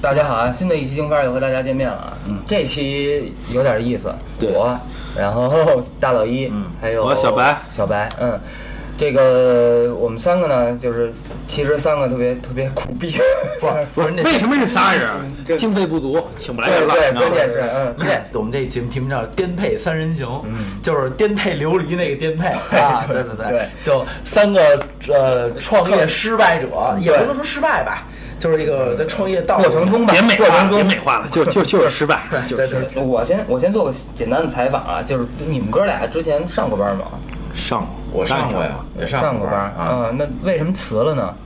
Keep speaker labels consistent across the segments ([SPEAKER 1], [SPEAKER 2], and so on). [SPEAKER 1] 大家好啊！新的一期京范儿又和大家见面了啊！嗯，这期有点意思，
[SPEAKER 2] 对
[SPEAKER 1] 我，然后 大老一，嗯还有
[SPEAKER 2] 我小白
[SPEAKER 1] 小白，嗯，这个我们三个呢，就是其实三个特别特别苦逼，
[SPEAKER 3] 不 是那
[SPEAKER 2] 为什么是仨人？啊经费不足，请不来
[SPEAKER 1] 对
[SPEAKER 2] 这烂
[SPEAKER 1] 对，
[SPEAKER 2] 你
[SPEAKER 1] 关
[SPEAKER 2] 知道
[SPEAKER 1] 键
[SPEAKER 2] 吗？
[SPEAKER 1] 是嗯，
[SPEAKER 3] 不是我们这节目题目叫“颠沛三人行”，就是颠沛流离那个颠沛啊，对对
[SPEAKER 1] 对
[SPEAKER 3] 就三个呃创业失败者，也不能说失败吧，就是一个在创业道路
[SPEAKER 1] 过程中吧
[SPEAKER 2] 别，美
[SPEAKER 1] 过
[SPEAKER 2] 化
[SPEAKER 1] 程
[SPEAKER 2] 了，别
[SPEAKER 1] 中
[SPEAKER 2] 美化了，就就就是失 败，就
[SPEAKER 1] 对
[SPEAKER 2] 是
[SPEAKER 1] 对，对我先我先做个简单的采访啊，就是你们哥俩之前上过班吗？
[SPEAKER 2] 上
[SPEAKER 3] 我上过呀
[SPEAKER 2] 呀，，
[SPEAKER 3] 也
[SPEAKER 1] 过
[SPEAKER 3] 过
[SPEAKER 1] 班
[SPEAKER 3] 啊。
[SPEAKER 1] 嗯，那为什么辞了呢？
[SPEAKER 3] 嗯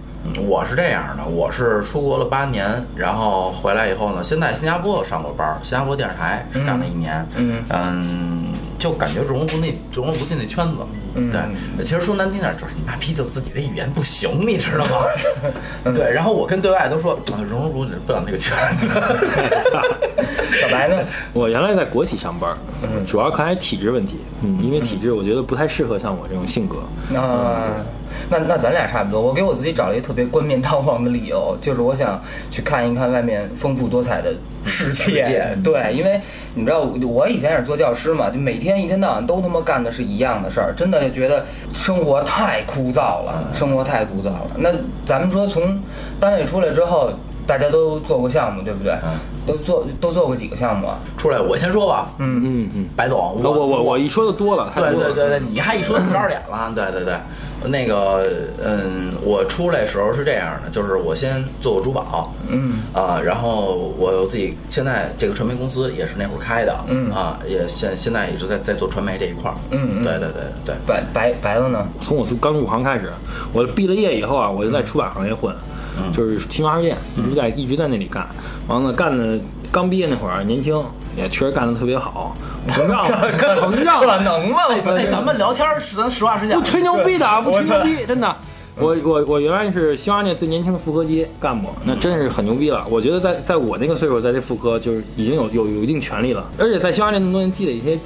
[SPEAKER 3] 我是这样的，我是出国了八年，然后回来以后呢，先在新加坡上过班儿，新加坡电视台是干了一年，
[SPEAKER 1] 嗯
[SPEAKER 3] 嗯就感觉融入不那融入不进那圈子，
[SPEAKER 1] 嗯
[SPEAKER 3] 对，其实说难听点儿就是你妈逼就自己这语言不行，你知道
[SPEAKER 1] 嗯
[SPEAKER 3] 吗？对，然后我跟对外都说啊融入不进不了那个圈子，
[SPEAKER 1] 小白呢？
[SPEAKER 2] 我原来在国企上班，主要看还体制问题，因为体制我觉得不太适合像我这种性格。
[SPEAKER 3] 嗯
[SPEAKER 1] 那那那咱俩差不多。我给我自己找了一个特别冠冕堂皇的理由，就是我想去看一看外面丰富多彩的世界。
[SPEAKER 3] 世界嗯
[SPEAKER 1] 对，因为你知道我我以前也是做教师嘛，就每天一天到晚都他妈干的是一样的事儿，真的就觉得生活太枯燥
[SPEAKER 3] 嗯
[SPEAKER 1] 了，生活太枯燥了。那咱们说从单位出来之后，大家都做过项目，对不对？
[SPEAKER 3] 嗯
[SPEAKER 1] 都做都做过几个项目啊？
[SPEAKER 3] 出来我先说吧，
[SPEAKER 1] 嗯呃
[SPEAKER 2] 嗯嗯，
[SPEAKER 3] 白总，
[SPEAKER 2] 我我我我一说就多了，太
[SPEAKER 3] 对
[SPEAKER 2] 多
[SPEAKER 3] 对对
[SPEAKER 2] 了。
[SPEAKER 3] 对，你还一说你二脸了，嗯对对对。那个，嗯，我出来时候是这样的，就是我先做过珠宝，
[SPEAKER 1] 嗯，
[SPEAKER 3] 啊、然后我有自己现在这个传媒公司也是那会儿开的，
[SPEAKER 1] 嗯
[SPEAKER 3] 啊、也现现在也是在在做传媒这一块儿，
[SPEAKER 1] 嗯嗯
[SPEAKER 3] 对对对对，
[SPEAKER 1] 白白白了 呢？
[SPEAKER 2] 从我刚入行开始，我毕了业以后啊，我就在出版行业混，就是新华书店，一直在一直在那里干。完了干的刚毕业那会儿啊年轻，也确实干的特别好，膨胀了，膨胀了
[SPEAKER 1] 可，能吗？我
[SPEAKER 3] 那啊哎咱们聊天儿是咱实话实讲
[SPEAKER 2] 不，吹牛逼的啊，不
[SPEAKER 1] 我
[SPEAKER 2] 吹牛逼，真的。我我我原来是新华那最年轻的副科级干部，那真是很牛逼了。我觉得在在我那个岁数，在这副科就是已经有有有一定权利了，而且在新华那么多年积累一些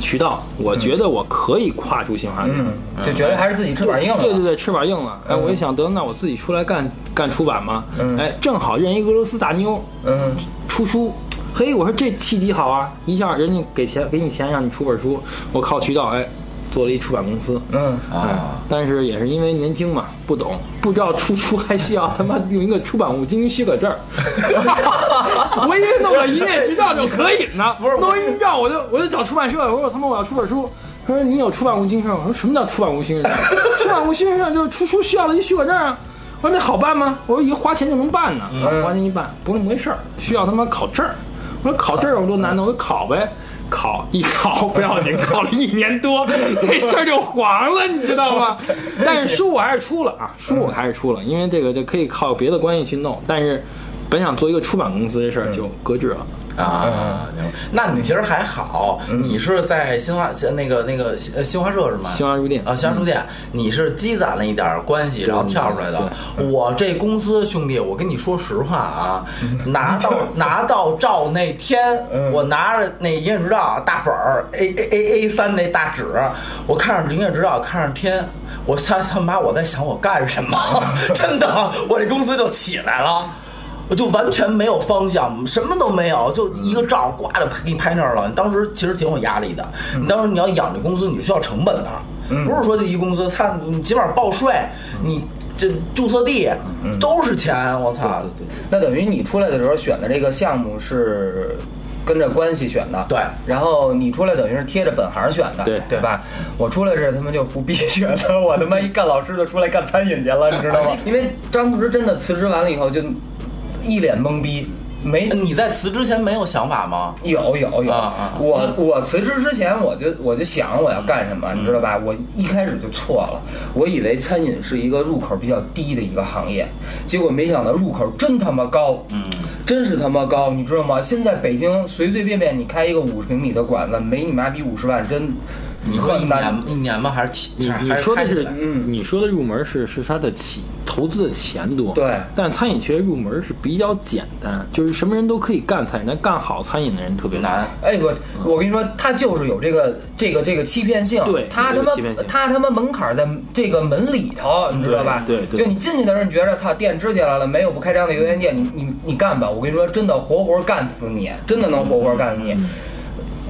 [SPEAKER 2] 渠道，我觉得我可以跨出新华这个。
[SPEAKER 1] 嗯，就觉得还是自己翅膀硬了。
[SPEAKER 2] 对对对，翅膀硬了。哎，我一想，得那我自己出来干干出版嘛
[SPEAKER 1] 嗯，
[SPEAKER 2] 哎，正好认一俄罗斯大妞
[SPEAKER 1] 嗯。
[SPEAKER 2] 出书，嘿，我说这契机好啊，一下人家给钱给你钱让你出本书，我靠渠道哎，做了一出版公司，
[SPEAKER 1] 嗯，
[SPEAKER 3] 啊，
[SPEAKER 2] 但是也是因为年轻嘛，不懂，不知道出书还需要他妈用一个出版物经营许可证儿。 我以为弄个营业执照就可以呢，不
[SPEAKER 3] 是
[SPEAKER 2] 弄营业执照我就我就找出版社，我说他妈我要出本书。他说你有出版物经营证，我说什么叫出版物经营证？ 出版物经营证就是出书需要的一许可证啊。我说那好办吗？我说以后花钱就能办呢，我
[SPEAKER 3] 呃
[SPEAKER 2] 花钱一办不是那么回事儿，需要他妈考证儿。我说考证儿有多难呢？我说考呗。考一考不要紧，考了一年多，这事儿就黄了，你知道吗？但是书我还是出了啊，书我还是出了，因为这个就可以靠别的关系去弄。但是本想做一个出版公司这事
[SPEAKER 3] 嗯
[SPEAKER 2] 儿就搁置了。
[SPEAKER 3] 啊，明白那你其实还好，你是在新华那个那个新呃新华社是吗？
[SPEAKER 2] 新华书店
[SPEAKER 3] 啊，新华书店，你是积攒了一点关系，然后跳出来的。我这公司兄弟，我跟你说实话啊，拿到拿到照那天，我拿着那营业执照大本儿 A A A A 三那大纸，我看着营业执照，看着天，我他他妈我在想我干什么？ 真的，我这公司就起来了。我就完全没有方向，什么都没有，就一个照，呱的给你拍那儿了。你当时其实挺有压力的，你当时你要养这公司，你是需要成本的，不是说这一公司，操，你起码报税，你这注册地都是钱，我操！
[SPEAKER 1] 那等于你出来的时候选的这个项目是跟着关系选的，
[SPEAKER 3] 对
[SPEAKER 1] 然后你出来等于是贴着本行选的，
[SPEAKER 2] 对
[SPEAKER 1] 对吧？我出来这他妈就胡逼选的，我他妈一干老师就出来干餐饮去了，你知道吗？ 因为当时真的辞职完了以后就一脸懵逼，没
[SPEAKER 3] 你在辞职前没有想法吗？
[SPEAKER 1] 有有有，
[SPEAKER 3] 啊啊
[SPEAKER 1] 我我辞职之前我就我就想我要干什么，你知道吧？我一开始就错了，我以为餐饮是一个入口比较低的一个行业，结果没想到入口真他妈高，嗯，真是他妈高，你知道吗？现在北京随随便便你开一个五十平米的馆子，没你妈逼五十万真。
[SPEAKER 3] 你说一
[SPEAKER 1] 一般
[SPEAKER 3] 年一年吗？还是起？
[SPEAKER 2] 你
[SPEAKER 3] 还
[SPEAKER 2] 你说的
[SPEAKER 3] 开
[SPEAKER 2] 是
[SPEAKER 3] 起来，
[SPEAKER 1] 嗯
[SPEAKER 2] 你说的入门是是它的起投资的钱多，
[SPEAKER 1] 对
[SPEAKER 2] 但餐饮学入门是比较简单，就是什么人都可以干餐饮，但干好餐饮的人特别
[SPEAKER 3] 难。
[SPEAKER 1] 哎，我我跟你说，他就是有这个这个这个欺骗性，
[SPEAKER 2] 对
[SPEAKER 1] 他他
[SPEAKER 2] 有这个
[SPEAKER 1] 妈
[SPEAKER 2] 欺骗性
[SPEAKER 1] 他他妈门槛在这个门里头，你知道吧？
[SPEAKER 2] 对对
[SPEAKER 1] 就你进去的时候，你觉得操店支起来了，没有不开张的油盐店，你你你干吧，我跟你说，真的活活干死你，真的能活活干死你。
[SPEAKER 2] 嗯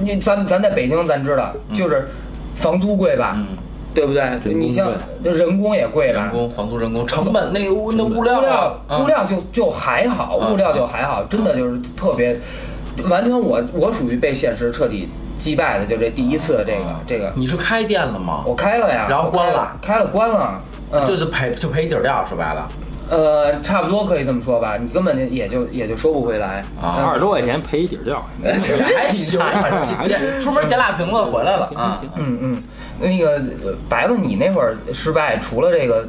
[SPEAKER 1] 你咱咱在北京，咱知道就是房租贵吧，
[SPEAKER 3] 嗯，
[SPEAKER 1] 对不对？
[SPEAKER 2] 工
[SPEAKER 1] 你像人工也贵吧
[SPEAKER 3] 人，工、房租、人工成本，那物那物
[SPEAKER 1] 物
[SPEAKER 3] 料
[SPEAKER 1] 料
[SPEAKER 3] 啊，
[SPEAKER 1] 物料就就还好，
[SPEAKER 3] 嗯
[SPEAKER 1] 物料就还好，真的就是特别，完全我我属于被现实彻底击败的，就这第一次的这个啊这个，
[SPEAKER 3] 你是开店了吗？
[SPEAKER 1] 我开了呀，
[SPEAKER 3] 嗯然后关了
[SPEAKER 1] 我开了，开了关了，嗯，
[SPEAKER 3] 就是赔就赔底儿掉，说白了，
[SPEAKER 1] 呃，差不多可以这么说吧，你根本也就也就收不回来嗯
[SPEAKER 3] 啊
[SPEAKER 2] 二十多块钱赔一底儿掉，
[SPEAKER 3] 还 行，反正捡出门捡俩瓶子回来了啊。
[SPEAKER 1] 嗯嗯，那个呃白子，你那会儿失败，除了这个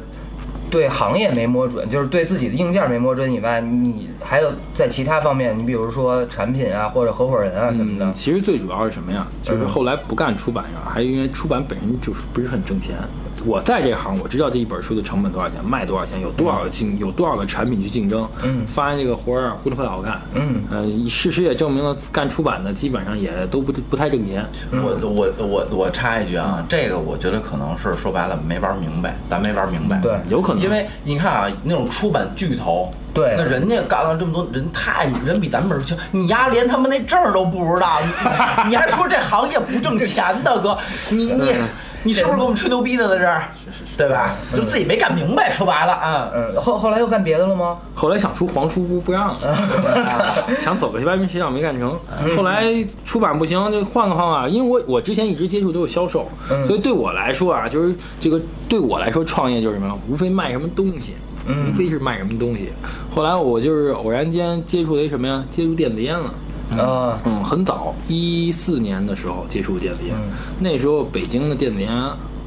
[SPEAKER 1] 对行业没摸准，就是对自己的硬件没摸准以外，你还有在其他方面，你比如说产品啊，或者合伙人啊什么的
[SPEAKER 2] 嗯，，其实最主要是什么呀？
[SPEAKER 1] 嗯
[SPEAKER 2] 就是后来不干出版上，还因为出版本身就是不是很挣钱。我在这行，我知道这一本书的成本多少钱，卖多少钱，有多少个竞，有多少个产品去竞争。
[SPEAKER 1] 嗯
[SPEAKER 2] 发现这个活儿啊糊里糊涂好干。
[SPEAKER 1] 嗯
[SPEAKER 2] 呃，事实也证明了，干出版的基本上也都不不太挣钱。
[SPEAKER 3] 我我我我插一句啊，这个我觉得可能是说白了没玩明白，咱没玩明白。
[SPEAKER 1] 对
[SPEAKER 2] 有可能
[SPEAKER 3] 因为你看啊，那种出版巨头，
[SPEAKER 1] 对
[SPEAKER 3] 那人家干了这么多，人太人比咱们人强，你丫连他们那证儿都不知道，你你还说这行业不挣钱的哥，你你你是不是给我们吹牛逼呢？在这儿，对吧？就自己没干明白，说白了啊，
[SPEAKER 1] 嗯，后后来又干别的了 吗？
[SPEAKER 2] 后来想出黄书不不让 了， 想走个外面学校没干成，后来出版不行就换个方法，因为我我之前一直接触都是销售，
[SPEAKER 1] 嗯
[SPEAKER 2] 所以对我来说啊，就是这个对我来说创业就是什么，无非卖什么东西。
[SPEAKER 1] 嗯
[SPEAKER 2] 无非是卖什么东西，后来我就是偶然间接触了一什么呀？接触电子烟了。
[SPEAKER 1] 啊，
[SPEAKER 2] 嗯，很早，一四年的时候接触电子烟，
[SPEAKER 1] 嗯
[SPEAKER 2] 那时候北京的电子烟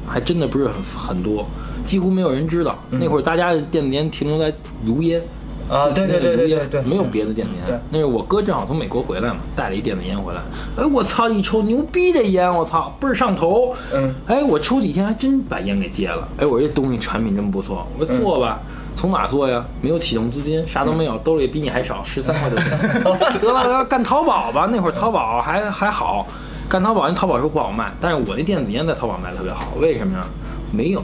[SPEAKER 2] 还真的不是很很多，几乎没有人知道。那会儿大家电子烟停留在如烟。
[SPEAKER 1] 嗯啊对对对对对对嗯
[SPEAKER 2] 没有别的电子
[SPEAKER 1] 对
[SPEAKER 2] 烟。那是我哥正好从美国回来嘛，带了一电子烟回来。哎，我操，一抽牛逼这烟，我操，倍儿上头。
[SPEAKER 1] 嗯
[SPEAKER 2] 哎，我抽几天还真把烟给戒了。哎，我这东西产品真不错，我说做吧。从哪做呀？没有启动资金，啥都没有，
[SPEAKER 1] 嗯
[SPEAKER 2] 兜里比你还少，十三块 多钱。得了，得了干淘宝吧。那会儿淘宝还还好，干淘宝，人淘宝说不好卖，但是我那电子烟在淘宝卖得特别好，为什么呀？没有。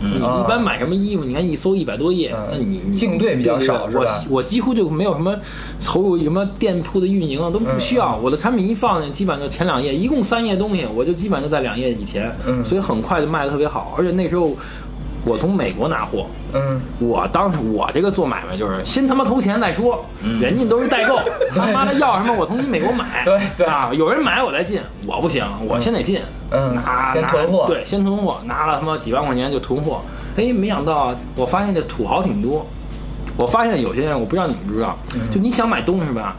[SPEAKER 2] 你
[SPEAKER 1] 啊
[SPEAKER 2] 一般买什么衣服？你看一搜一百多页，
[SPEAKER 1] 嗯
[SPEAKER 2] 那你你
[SPEAKER 1] 竞对比较少
[SPEAKER 2] 对
[SPEAKER 1] 是吧
[SPEAKER 2] 我我几乎就没有什么投入什么店铺的运营啊，都不需要。我的产品一放进，基本上就前两页，一共三页东西，我就基本上就在两页以前，
[SPEAKER 1] 嗯
[SPEAKER 2] 所以很快就卖的特别好。而且那时候我从美国拿货，
[SPEAKER 1] 嗯，
[SPEAKER 2] 我当时我这个做买卖就是先他妈投钱再说，人家都是代 购，他妈的要什么我从你美国
[SPEAKER 1] 嗯
[SPEAKER 2] 买，
[SPEAKER 1] 对对
[SPEAKER 2] 啊，有人买我再进，我不行，我先得进，
[SPEAKER 1] 嗯
[SPEAKER 2] 拿
[SPEAKER 1] 先囤货
[SPEAKER 2] 拿对，先囤货，拿了他妈几万块钱就囤货，哎，没想到我发现这土豪挺多，我发现有些人我不知道你们知不知道，
[SPEAKER 1] 嗯
[SPEAKER 2] 就你想买东西吧，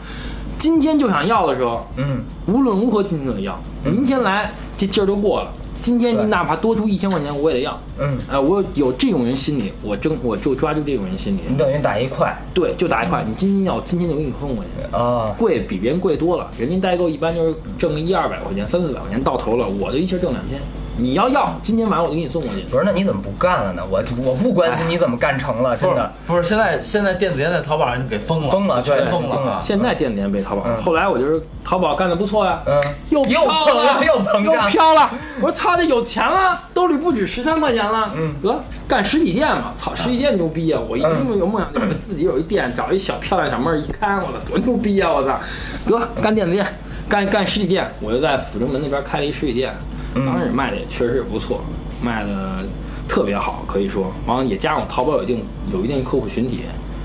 [SPEAKER 2] 今天就想要的时候，
[SPEAKER 1] 嗯，
[SPEAKER 2] 无论如何今天都得要，明天来这劲儿都过了。今天你
[SPEAKER 1] 对
[SPEAKER 2] 哪怕多出一千块钱，我也得要。
[SPEAKER 1] 嗯
[SPEAKER 2] 哎，我有这种人心理，我争，我就抓住这种人心理。
[SPEAKER 1] 你等于打一块
[SPEAKER 2] 对，就打一块，你今天要，今天就给你送过去。
[SPEAKER 1] 啊，
[SPEAKER 2] 贵比别人贵多了，人家代购一般就是挣一二百块钱，三四百块钱到头了，我就一下挣两千。你要要，今天晚上我就给你送过去。
[SPEAKER 1] 不是，那你怎么不干了呢？我我不关
[SPEAKER 2] 哎
[SPEAKER 1] 心你怎么干成了，真
[SPEAKER 3] 不是
[SPEAKER 1] 的
[SPEAKER 3] 不是，现在现在电子烟在淘宝上就给封了，
[SPEAKER 1] 疯了，对，
[SPEAKER 3] 全封了
[SPEAKER 1] 疯
[SPEAKER 3] 啊
[SPEAKER 1] 了，
[SPEAKER 2] 现在电子烟被淘宝，
[SPEAKER 1] 嗯
[SPEAKER 2] 后来我就是淘宝干的不错呀，
[SPEAKER 1] 嗯
[SPEAKER 2] 又
[SPEAKER 1] 又
[SPEAKER 2] 飘了，
[SPEAKER 1] 又膨
[SPEAKER 2] 又
[SPEAKER 1] 胀
[SPEAKER 2] 飘了。我说操，这有钱了，兜里不止十三块钱了，嗯，得干实体店吧，操，实体店牛逼啊！我一直
[SPEAKER 1] 嗯
[SPEAKER 2] 有梦想，就是自己有一店，找一小漂亮小妹儿一看，我操，多牛逼啊！我操，得干电子店，干干实体店，我就在阜成门那边开了一实体店，当时卖的也确实也不错，卖的特别好，可以说，完了也加上我淘宝有一定有一定客户群体，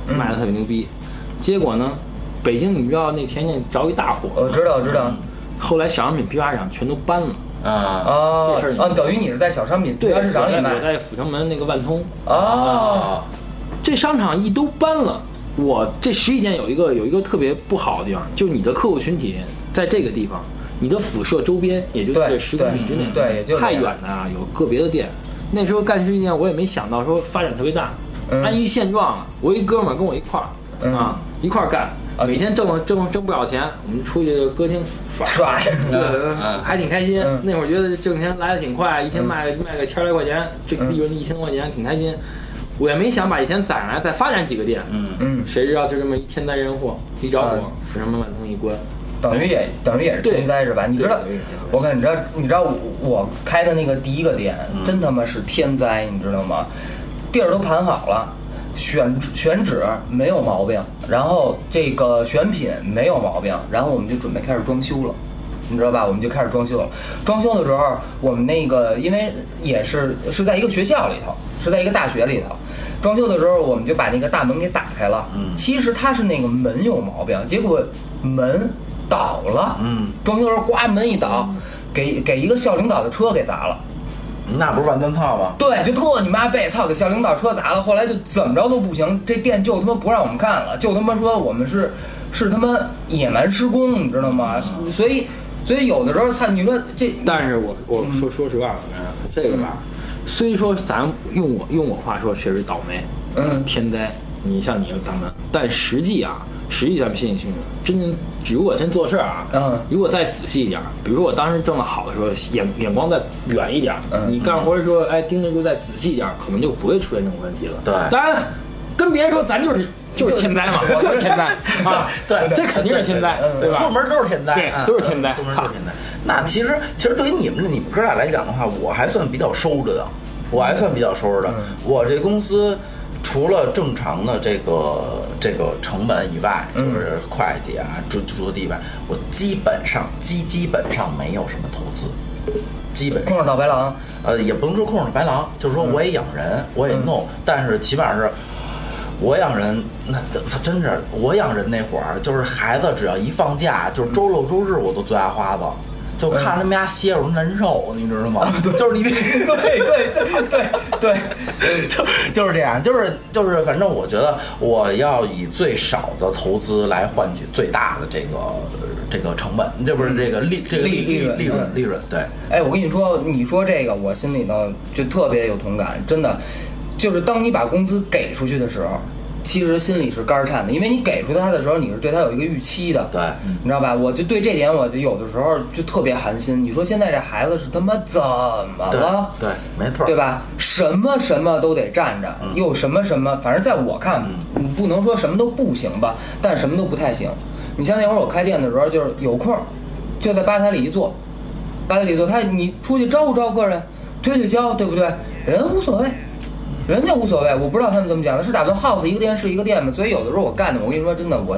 [SPEAKER 2] 卖的特别牛逼。结果呢，北京你知道那前年着一大火，
[SPEAKER 1] 我哦知道，我知道
[SPEAKER 2] 后来小商品批发市场全都搬了。
[SPEAKER 3] 啊
[SPEAKER 1] 啊
[SPEAKER 2] 这事儿你
[SPEAKER 1] 啊，等于你是在小商品批
[SPEAKER 2] 对，
[SPEAKER 1] 发市场里
[SPEAKER 2] 我在
[SPEAKER 1] 卖
[SPEAKER 2] 我在阜成门那个万通，
[SPEAKER 1] 啊，
[SPEAKER 3] 啊！
[SPEAKER 2] 这商场一都搬了，我这实体店有一个有一个特别不好的地方，就是你的客户群体在这个地方，你的辐射周边也就
[SPEAKER 1] 对
[SPEAKER 2] 在十公里之内，
[SPEAKER 1] 对对也就这样
[SPEAKER 2] 太远的啊有个别的店。那时候干实体店，我也没想到说发展特别大，
[SPEAKER 1] 嗯
[SPEAKER 2] 啊安于现状了。我一哥们儿跟我一块儿、
[SPEAKER 1] 嗯
[SPEAKER 2] 啊，一块儿干。
[SPEAKER 1] 啊
[SPEAKER 2] 每天挣了挣挣不少钱，我们出去歌厅耍
[SPEAKER 1] 是吧？
[SPEAKER 2] 对，还挺开心
[SPEAKER 1] 嗯。
[SPEAKER 2] 那会儿觉得挣钱来的挺快，一天卖卖个千来块钱，这
[SPEAKER 1] 嗯
[SPEAKER 2] 利润一千块钱，挺开心。我也没想把以前攒下来再发展几个店，
[SPEAKER 3] 嗯，
[SPEAKER 1] 嗯，
[SPEAKER 2] 谁知道就这么一天灾人祸，一着火
[SPEAKER 1] 啊，嗯
[SPEAKER 2] 什么万通一关。
[SPEAKER 1] 等于也等于也是天灾是吧？你知道
[SPEAKER 2] 对对对，
[SPEAKER 1] 我看你知道你知道我我开的那个第一个店，
[SPEAKER 2] 嗯
[SPEAKER 1] 真他妈是天灾，你知道吗？地儿都盘好了。选选址没有毛病，然后这个选品没有毛病，然后我们就准备开始装修了，你知道吧？我们就开始装修了。装修的时候，我们那个因为也是是在一个学校里头，是在一个大学里头。装修的时候，我们就把那个大门给打开了。
[SPEAKER 3] 嗯
[SPEAKER 1] 其实它是那个门有毛病，结果门倒了。
[SPEAKER 3] 嗯，
[SPEAKER 1] 装修时候呱门一倒，给给一个校领导的车给砸了。
[SPEAKER 3] 那不是万灯套吗？
[SPEAKER 1] 对，就特你妈背，操，给校领导车砸了。后来就怎么着都不行，这店就他妈不让我们干了，就他妈说我们是是他妈野蛮施工，你知道吗？所以所以有的时候，操，你说这
[SPEAKER 2] 但是我
[SPEAKER 1] 嗯
[SPEAKER 2] 我说说实话，我觉得这个吧，虽说咱用我用我话说，确实倒霉，
[SPEAKER 1] 嗯
[SPEAKER 2] 天灾，你像你咱们，但实际啊，实际咱们心里清楚，真正如果真做事儿啊，
[SPEAKER 1] 嗯
[SPEAKER 2] 如果再仔细一点儿，比如说我当时挣得好的时候，眼眼光再远一点儿，
[SPEAKER 1] 嗯
[SPEAKER 2] 你干活的时候，哎，盯着就再仔细一点儿，可能就不会出现这种问题了。
[SPEAKER 3] 对
[SPEAKER 2] 当然跟别人说咱就是就是天 灾嘛，我就是天灾啊，
[SPEAKER 3] 对对
[SPEAKER 2] 这肯定是天灾
[SPEAKER 1] 对对，
[SPEAKER 2] 对吧？
[SPEAKER 3] 出门都是天灾，
[SPEAKER 2] 对
[SPEAKER 3] 嗯
[SPEAKER 2] 都是天灾
[SPEAKER 3] 出门
[SPEAKER 2] 操
[SPEAKER 3] 都是天灾。那其实，其实对于你们你们哥俩来讲的话，我还算比较收着的，我还算比较收
[SPEAKER 2] 嗯
[SPEAKER 3] 着的。嗯我这公司除了正常的这个这个成本以外，
[SPEAKER 2] 嗯
[SPEAKER 3] 就是会计啊、住住地以外，我基本上基基本上没有什么投资，基本上
[SPEAKER 1] 空手套白狼，
[SPEAKER 3] 呃，也不能说空手白狼，就是说我也养人，我也弄，但是起码是。我养人，那操真是我养人那会儿，就是孩子只要一放假，就是周六周日我都最爱花子，就看他们家歇着我难受，你知道吗？就是你，
[SPEAKER 1] 对对对对对，
[SPEAKER 3] 就就是这样，就是就是，反正我觉得我要以最少的投资来换取最大的这个呃这个成本，这不是这个利这个
[SPEAKER 1] 利利润
[SPEAKER 3] 利润利润对，
[SPEAKER 1] 哎，我跟你说，你说这个，我心里头就特别有同感，真的，就是当你把工资给出去的时候，其实心里是肝儿颤的，因为你给出他的时候，你是对他有一个预期的，
[SPEAKER 3] 对
[SPEAKER 1] 你知道吧？我就对这点，我就有的时候就特别寒心。你说现在这孩子是他妈怎么
[SPEAKER 3] 对
[SPEAKER 1] 了？
[SPEAKER 3] 对，没错，
[SPEAKER 1] 对？吧？什么什么都得站着，
[SPEAKER 3] 嗯
[SPEAKER 1] 又什么什么，反正在我看，你不能说什么都不行吧，但什么都不太行。你像那会儿我开店的时候，就是有空，就在吧台里一坐，吧台里一坐，他你出去招呼招呼客人，推推销，对不对？人无所谓。人家无所谓，我不知道他们怎么想的，是打算 house 一个店是一个店吗？所以有的时候我干的，我跟你说真的，我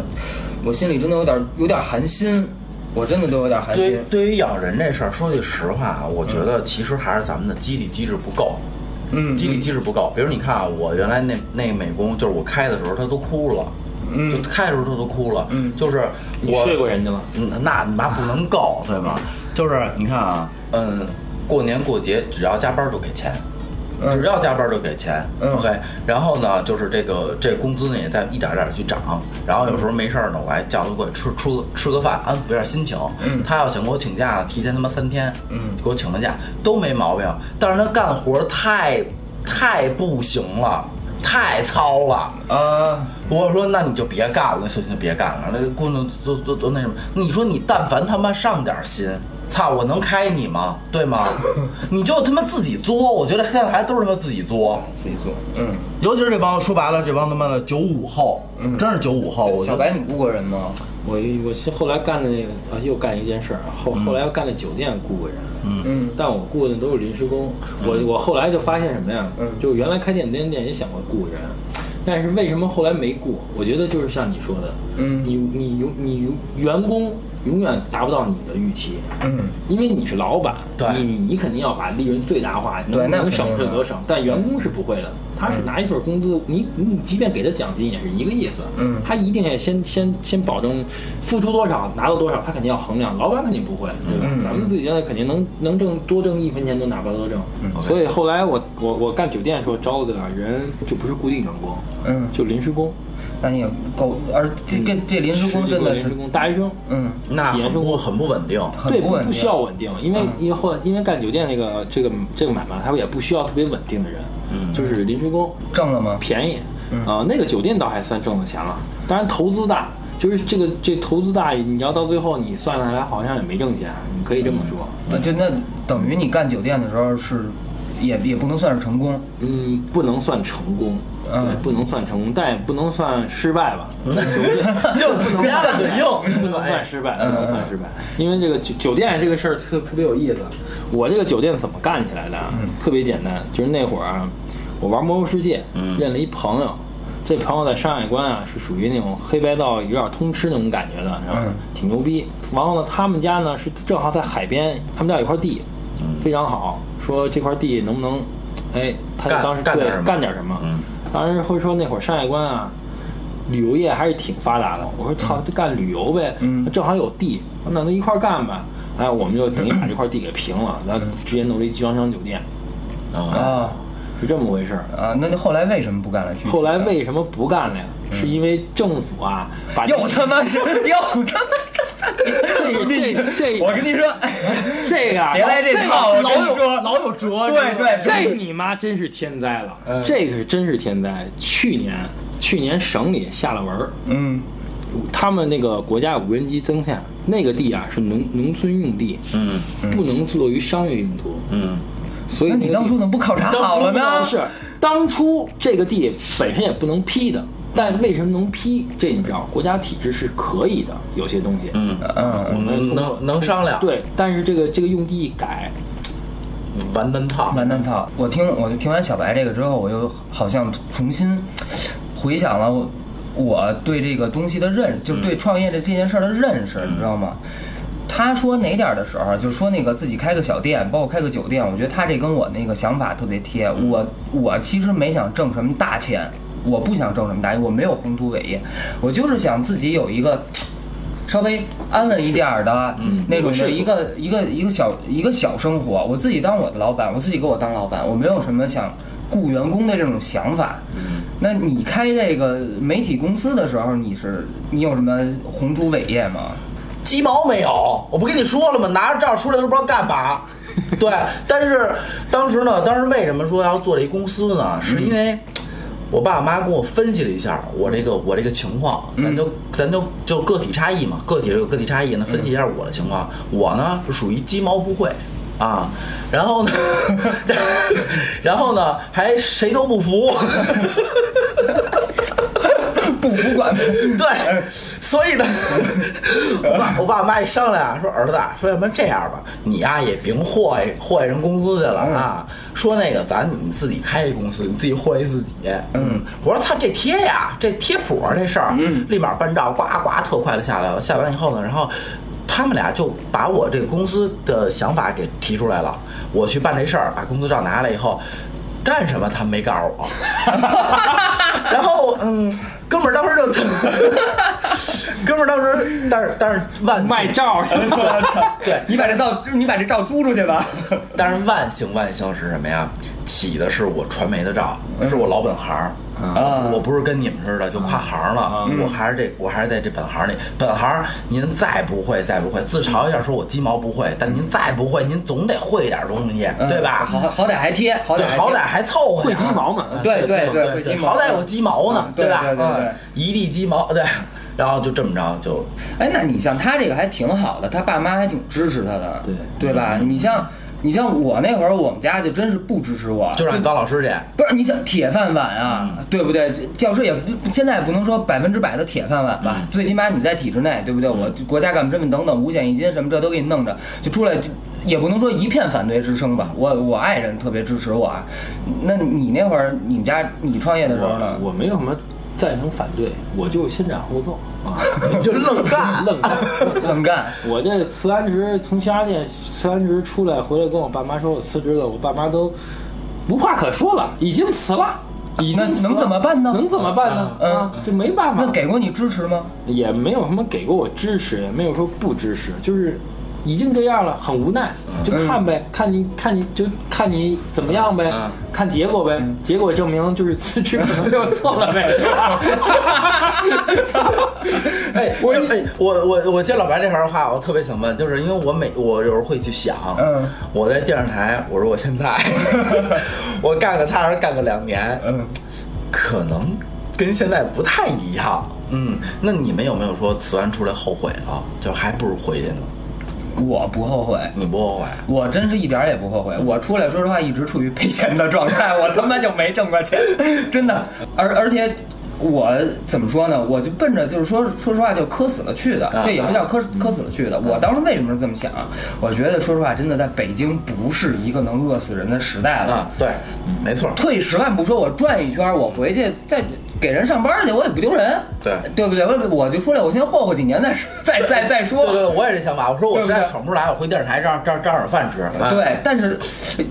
[SPEAKER 1] 我心里真的有点有点寒心，我真的都有点寒
[SPEAKER 3] 对
[SPEAKER 1] 心，。
[SPEAKER 3] 对于养人这事儿，说句实话啊，我觉得其实还是咱们的激励机制不够。
[SPEAKER 1] 嗯
[SPEAKER 3] 激励机制不够。比如你看啊，我原来那那美工，就是我开的时候他都哭了，
[SPEAKER 1] 嗯
[SPEAKER 3] 就开的时候他都哭了，
[SPEAKER 1] 嗯
[SPEAKER 3] 就是
[SPEAKER 2] 你
[SPEAKER 3] 我
[SPEAKER 2] 睡过人家吗？
[SPEAKER 3] 嗯那你妈不能够，对吗？就是你看啊，嗯，过年过节只要加班就给钱，
[SPEAKER 1] 嗯
[SPEAKER 3] 只要加班就给钱、
[SPEAKER 1] 嗯
[SPEAKER 3] o k 然后呢，就是这个这工资呢也在一点点地去涨，然后有时候没事儿呢，我还叫他过去吃吃吃个饭，安抚一下心情。
[SPEAKER 1] 嗯
[SPEAKER 3] 他要想给我请假呢，提前他妈三天，
[SPEAKER 1] 嗯
[SPEAKER 3] 给我请个假都没毛病，但是他干活太太不行了，太糙了。
[SPEAKER 1] 啊，
[SPEAKER 3] 我说那你就别干了，索性就别干了。那个姑娘都都都那什么，你说你但凡他妈上点心，操，我能开你 吗？对吗？你就他妈自己作，我觉得现在还都是他妈自己作，
[SPEAKER 1] 自己做，嗯。
[SPEAKER 3] 尤其是这帮说白了，这帮他妈的九五后，真是九五后，我觉
[SPEAKER 1] 小
[SPEAKER 3] 得
[SPEAKER 1] 白，你雇过人吗？
[SPEAKER 2] 我我是后来干的那个啊，又干一件事儿，后
[SPEAKER 3] 嗯
[SPEAKER 2] 后来又干的酒店雇过人，
[SPEAKER 1] 嗯
[SPEAKER 2] 但我雇的都是临时工。我我后来就发现什么呀？
[SPEAKER 1] 嗯
[SPEAKER 2] 就原来开点店店也想过雇人，但是为什么后来没雇？我觉得就是像你说的，
[SPEAKER 1] 嗯
[SPEAKER 2] 你你永你永员工永远达不到你的预期，
[SPEAKER 1] 嗯，
[SPEAKER 2] 因为你是老板，
[SPEAKER 3] 对
[SPEAKER 2] 你你肯定要把利润最大化，
[SPEAKER 1] 对
[SPEAKER 2] 能
[SPEAKER 1] 那肯
[SPEAKER 2] 能
[SPEAKER 1] 定
[SPEAKER 2] 省
[SPEAKER 1] 的
[SPEAKER 2] 是则省，但员工是不会的，他是拿一份工资，你你即便给他奖金也是一个意思，
[SPEAKER 1] 嗯
[SPEAKER 2] 他一定也先先先保证付出多少拿到多少，他肯定要衡量，老板肯定不会，对吧？
[SPEAKER 1] 嗯
[SPEAKER 2] 咱们自己原来肯定能能挣多挣一分钱都哪怕多挣，
[SPEAKER 1] 嗯
[SPEAKER 3] OK
[SPEAKER 2] 所以后来我我我干酒店的时候招的人就不是固定员工，
[SPEAKER 1] 嗯
[SPEAKER 2] 就临时工，
[SPEAKER 1] 那你也够，而这这这临时工真的
[SPEAKER 2] 临
[SPEAKER 1] 是
[SPEAKER 2] 时，工大学生，
[SPEAKER 1] 嗯，
[SPEAKER 3] 那
[SPEAKER 2] 体验
[SPEAKER 3] 很
[SPEAKER 2] 生
[SPEAKER 3] 不
[SPEAKER 2] 活
[SPEAKER 3] 很不稳定。
[SPEAKER 1] 很
[SPEAKER 2] 对，
[SPEAKER 1] 不稳定
[SPEAKER 2] 需要稳定，因为
[SPEAKER 1] 嗯
[SPEAKER 2] 因为后来因为干酒店那个这个这个买卖，它也不需要特别稳定的人，
[SPEAKER 3] 嗯
[SPEAKER 2] 就是临时工，
[SPEAKER 1] 挣了吗？
[SPEAKER 2] 便宜，啊、
[SPEAKER 1] 嗯
[SPEAKER 2] 那个酒店倒还算挣了钱了，当然投资大，就是这个这投资大，你要到最后你算下来好像也没挣钱，你可以这么说。
[SPEAKER 1] 呃就那等于你干酒店的时候是，也也不能算是成功，
[SPEAKER 2] 嗯，不能算成功，
[SPEAKER 1] 嗯
[SPEAKER 2] 对，不能算成功，但也不能算失败吧，
[SPEAKER 3] 就死鸭子嘴硬，
[SPEAKER 2] 不能算失败，
[SPEAKER 3] 嗯
[SPEAKER 2] 不能算失败，因为这个酒酒店这个事儿特特别有意思。我这个酒店怎么干起来的啊？
[SPEAKER 3] 嗯
[SPEAKER 2] 特别简单，就是那会儿啊，我玩《魔兽世界》，
[SPEAKER 3] 嗯
[SPEAKER 2] 认了一朋友。这朋友在山海关啊，是属于那种黑白道有点通吃那种感觉的，然后
[SPEAKER 1] 嗯
[SPEAKER 2] 挺牛逼。然后呢，他们家呢是正好在海边，他们家有一块地，
[SPEAKER 3] 嗯
[SPEAKER 2] 非常好。说这块地能不能，哎，他就
[SPEAKER 3] 干
[SPEAKER 2] 当时
[SPEAKER 3] 干
[SPEAKER 2] 对
[SPEAKER 3] 点什么
[SPEAKER 2] 干点什么？
[SPEAKER 3] 嗯
[SPEAKER 2] 当时会说那会儿山海关啊，旅游业还是挺发达的。我说操，就干旅游呗，
[SPEAKER 1] 嗯
[SPEAKER 2] 正好有地，那咱一块儿干吧。哎，我们就 等于把这块地给平了，然后直接弄了一集装箱酒店，
[SPEAKER 1] 啊
[SPEAKER 2] 是这么回事儿。
[SPEAKER 1] 啊，那就后来为什么不干了？具体
[SPEAKER 2] 后来为什么不干了呀？是因为政府啊，把这
[SPEAKER 1] 嗯又他妈是又他妈
[SPEAKER 2] 这
[SPEAKER 1] 是，
[SPEAKER 2] 这这
[SPEAKER 1] 我跟你说，
[SPEAKER 2] 这个啊
[SPEAKER 1] 别来这
[SPEAKER 2] 个
[SPEAKER 1] 套，我跟你
[SPEAKER 3] 有
[SPEAKER 1] 说，
[SPEAKER 3] 老有辙，
[SPEAKER 1] 对对，
[SPEAKER 2] 这你妈真是天灾了，
[SPEAKER 3] 嗯
[SPEAKER 2] 这个是真是天灾。去年去年省里下了文儿，
[SPEAKER 1] 嗯
[SPEAKER 2] 他们那个国家有无人机增产，那个地啊是农农村用地，
[SPEAKER 3] 嗯
[SPEAKER 2] 不能作于商业用途，
[SPEAKER 3] 嗯，
[SPEAKER 2] 所以
[SPEAKER 1] 那你
[SPEAKER 2] 那个地
[SPEAKER 1] 当初怎么不考察好了呢？
[SPEAKER 2] 是当初这个地本身也不能批的，但为什么能批？这你知道，国家体制是可以的，有些东西，
[SPEAKER 3] 嗯，
[SPEAKER 1] 嗯，
[SPEAKER 3] 我们能能商量，，
[SPEAKER 2] 对，但是这个这个用地一改，
[SPEAKER 3] 完蛋套，
[SPEAKER 1] 完蛋操！我听我就听完小白这个之后，我又好像重新回想了我我对这个东西的认，就是对创业的这件事儿的认识，你知道吗？他说哪点儿的时候，就是说那个自己开个小店，包括开个酒店，我觉得他这跟我那个想法特别贴。我我其实没想挣什么大钱，我不想挣什么大钱，我没有宏图伟业，我就是想自己有一个。稍微安稳一点儿的，
[SPEAKER 3] 嗯
[SPEAKER 1] 那种
[SPEAKER 2] 有
[SPEAKER 1] 是
[SPEAKER 2] 个
[SPEAKER 1] 一个一个一个小一个小生活。我自己当我的老板，我自己给我当老板，我没有什么想雇员工的这种想法。
[SPEAKER 3] 嗯
[SPEAKER 1] 那你开这个媒体公司的时候，你是你有什么宏图伟业 吗？
[SPEAKER 3] 鸡毛没有，我不跟你说了吗？拿着照出来都不知道干嘛。对，但是当时呢，当时为什么说要做这公司呢？是因为我爸我妈跟我分析了一下我这个我这个情况，咱就、咱就就个体差异嘛，个体有个体差异，那分析一下我的情况，我呢是属于鸡毛不会。啊，然后呢，然后呢，还谁都不服，
[SPEAKER 1] 不服管，
[SPEAKER 3] 对，所以呢，我爸我爸妈一商量啊，说儿子啊，说要不然这样吧，你呀、也别祸害祸害人公司去了啊，说那个咱你自己开一公司，你自己祸害自己。嗯，我说操，这贴呀，这贴谱啊，这事儿，立马办照，呱呱特快的下来了。下完以后呢，然后。他们俩就把我这个公司的想法给提出来了，我去办这事儿，把公司照拿来以后，干什么他们没告诉我，然后嗯，哥们儿当时就， 哥们儿当时，但是但是万幸
[SPEAKER 2] 卖照是吧？
[SPEAKER 3] 对，
[SPEAKER 1] 你把这照，你把这照租出去 吧。
[SPEAKER 3] 但是万幸万幸是什么呀？起的是我传媒的照，
[SPEAKER 1] 嗯
[SPEAKER 3] 是我老本行。
[SPEAKER 1] 啊
[SPEAKER 3] 我不是跟你们似的就
[SPEAKER 1] 嗯
[SPEAKER 3] 跨行了，我还是这，我还是在这本行里。本行您再不会，再不会，自嘲一下说我鸡毛不会，但您再不会，您总得会点东西，对吧？
[SPEAKER 1] 嗯好好歹还贴，好
[SPEAKER 3] 对，
[SPEAKER 1] 歹还贴
[SPEAKER 3] 好歹还凑合
[SPEAKER 2] 会
[SPEAKER 3] 点儿啊
[SPEAKER 2] 鸡毛嘛？
[SPEAKER 1] 对对对，
[SPEAKER 3] 对
[SPEAKER 1] 会
[SPEAKER 3] 对，
[SPEAKER 1] 鸡毛
[SPEAKER 3] 好歹有鸡毛呢
[SPEAKER 1] 嗯，对
[SPEAKER 3] 吧？
[SPEAKER 1] 对对对
[SPEAKER 3] 嗯，一地鸡毛，对。 然后就这么着就
[SPEAKER 1] 哎，那你像他这个还挺好的，他爸妈还挺支持他的，
[SPEAKER 2] 对
[SPEAKER 1] 对吧？你像你像我那会儿，我们家就真是不支持我，
[SPEAKER 3] 就让你当 老师去。
[SPEAKER 1] 不是你想铁饭碗啊，
[SPEAKER 2] 嗯
[SPEAKER 1] 对不对？教师也不现在也不能说百分之百的铁饭碗
[SPEAKER 2] 嗯
[SPEAKER 1] 吧，最起码你在体制内，对不对？我国家干部身份等等，五险一金什么这都给你弄着，就出来就也不能说一片反对之声吧。我我爱人特别支持我啊。那你那会儿你们家你创业的时候呢
[SPEAKER 2] 我？我没有什么赞成反对，我就先斩后奏啊，
[SPEAKER 3] 就愣干
[SPEAKER 2] 愣干。
[SPEAKER 1] 愣干，
[SPEAKER 2] 我这辞完职，从西安界辞完职出来，回来跟我爸妈说我辞职了，我爸妈都无话可说了，已经辞了，已经辞
[SPEAKER 1] 那
[SPEAKER 2] 了
[SPEAKER 1] 能怎么办呢
[SPEAKER 2] 能怎么办呢？
[SPEAKER 1] 嗯
[SPEAKER 2] 啊，这没办法。
[SPEAKER 1] 那给过你支持吗？
[SPEAKER 2] 也没有什么给过我支持，也没有说不支持，就是已经这样了，很无奈，就
[SPEAKER 1] 嗯
[SPEAKER 2] 看呗，看你看你就看你怎么样呗，
[SPEAKER 3] 嗯
[SPEAKER 2] 看结果呗，结果证明就是辞职可能就错了呗。
[SPEAKER 3] 哎，
[SPEAKER 2] 我
[SPEAKER 3] 我哎，我我我接老白这行的话，我特别想问，就是因为我每我有时候会去想，
[SPEAKER 1] 嗯，
[SPEAKER 3] 我在电视台，我说我 现在我
[SPEAKER 2] 呃
[SPEAKER 3] 干个踏实干个两年，
[SPEAKER 1] 嗯，
[SPEAKER 3] 可能跟现在不太一样，嗯，那你们有没有说辞完出来后悔了，就还不如回去呢？
[SPEAKER 1] 我不后
[SPEAKER 2] 嗯
[SPEAKER 1] 悔，
[SPEAKER 3] 你不后悔？
[SPEAKER 1] 我真是一点儿也不后悔。
[SPEAKER 3] 嗯
[SPEAKER 1] 我出来说实话，一直处于赔钱的状 态，我他妈就没挣过钱，真的。而而且我怎么说呢？我就奔着就是说，说实话就磕死了去
[SPEAKER 3] 啊
[SPEAKER 1] 的，这也不叫磕
[SPEAKER 3] 嗯
[SPEAKER 1] 磕死了去的。我当时为什么这么想啊？我觉得说实话，真的在北京不是一个能饿死人的时代了
[SPEAKER 3] 啊。，对，没 错，
[SPEAKER 1] 退十万步说，我转一圈儿，我回去再给人上班去，我也不丢人，
[SPEAKER 3] 嗯对
[SPEAKER 1] 对不对？我我就出来，我先霍霍几年再说 再再再说。
[SPEAKER 3] 对对，我也是这想法。我说我
[SPEAKER 1] 对不
[SPEAKER 3] 实
[SPEAKER 1] 对
[SPEAKER 3] 在喘不出来，我回电视台照照照点饭吃。啊
[SPEAKER 1] 对，但是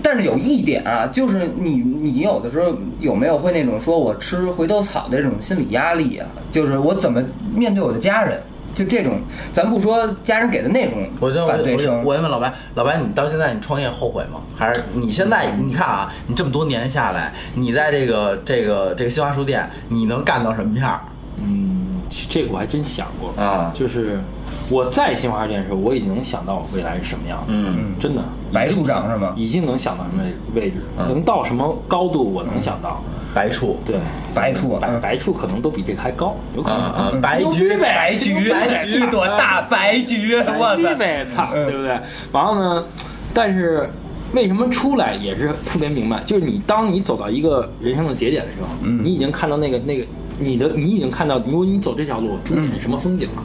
[SPEAKER 1] 但是有一点啊，就是你你有的时候有没有会那种说我吃回头草的这种心理压力啊？就是我怎么面对我的家人？就这种，咱不说家人给的那种
[SPEAKER 3] 我就我
[SPEAKER 1] 反对
[SPEAKER 3] 我
[SPEAKER 1] 声，
[SPEAKER 3] 我问老白，老白，你到现在你创业后悔吗？还是你现在你看啊，你这么多年下来，你在这个这个这个新华书店，你能干到什么样儿
[SPEAKER 2] 嗯，其这个我还真想过，
[SPEAKER 3] 啊？
[SPEAKER 2] 就是我在新华书店的时候，我已经能想到我未来是什么样的，
[SPEAKER 3] 嗯，
[SPEAKER 2] 真的，
[SPEAKER 1] 白处长是吗？嗯
[SPEAKER 2] 已经能想到什么位置，能到什么高度，我能想到。
[SPEAKER 3] 白处，
[SPEAKER 2] 对，
[SPEAKER 1] 白处啊
[SPEAKER 2] 白白处可能都比这个还高，有可
[SPEAKER 3] 啊
[SPEAKER 2] 能嗯
[SPEAKER 3] 啊，白
[SPEAKER 1] 牛
[SPEAKER 3] 菊
[SPEAKER 1] 逼，呗白菊，
[SPEAKER 2] 白菊
[SPEAKER 1] 一朵大白菊，我
[SPEAKER 2] 必
[SPEAKER 1] 操！
[SPEAKER 2] 呗，操，对不对？然后呢，但是为什么出来也是特别明白，就是你当你走到一个人生的节点的时候，你已经看到那个那个你的你已经看到，如果你走这条路，终点是什么风景了？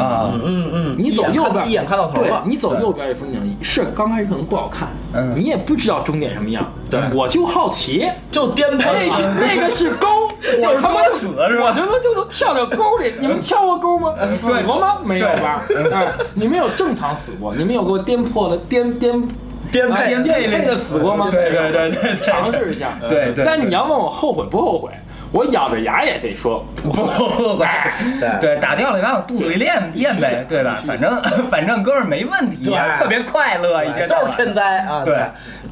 [SPEAKER 1] 啊，
[SPEAKER 3] 嗯嗯，
[SPEAKER 2] 你走
[SPEAKER 3] 一眼
[SPEAKER 2] 右
[SPEAKER 3] 看
[SPEAKER 2] 边
[SPEAKER 3] 一眼看到头了
[SPEAKER 2] 对，你走右边这风景是刚开始可能不好看，
[SPEAKER 1] 嗯
[SPEAKER 2] 你也不知道终点什么样。
[SPEAKER 3] 对
[SPEAKER 2] 我就好奇，
[SPEAKER 3] 就颠
[SPEAKER 2] 哎
[SPEAKER 3] 沛啊
[SPEAKER 2] 那是那个是沟，
[SPEAKER 1] 就是
[SPEAKER 2] 我他妈
[SPEAKER 1] 作死是吧呃
[SPEAKER 2] 我他妈就能跳到沟里，你们跳过沟吗？死过吗？没有吧？哎，你们有正常死过，你们有给我颠破了颠颠
[SPEAKER 3] 颠
[SPEAKER 2] 啊
[SPEAKER 3] 沛
[SPEAKER 2] 颠沛的死过吗？
[SPEAKER 1] 对对 对对对，
[SPEAKER 2] 尝试一下。
[SPEAKER 1] 对对
[SPEAKER 2] 但你要问我后悔不后悔，我咬着牙也得说
[SPEAKER 1] 不后悔，
[SPEAKER 3] 对
[SPEAKER 1] 对，打掉了也往我肚子里练练呗，对吧？反正 反正哥们儿没问题啊，
[SPEAKER 3] 对
[SPEAKER 1] 特别快乐，一天到
[SPEAKER 3] 都
[SPEAKER 1] 晚
[SPEAKER 3] 是天灾啊！
[SPEAKER 1] 对，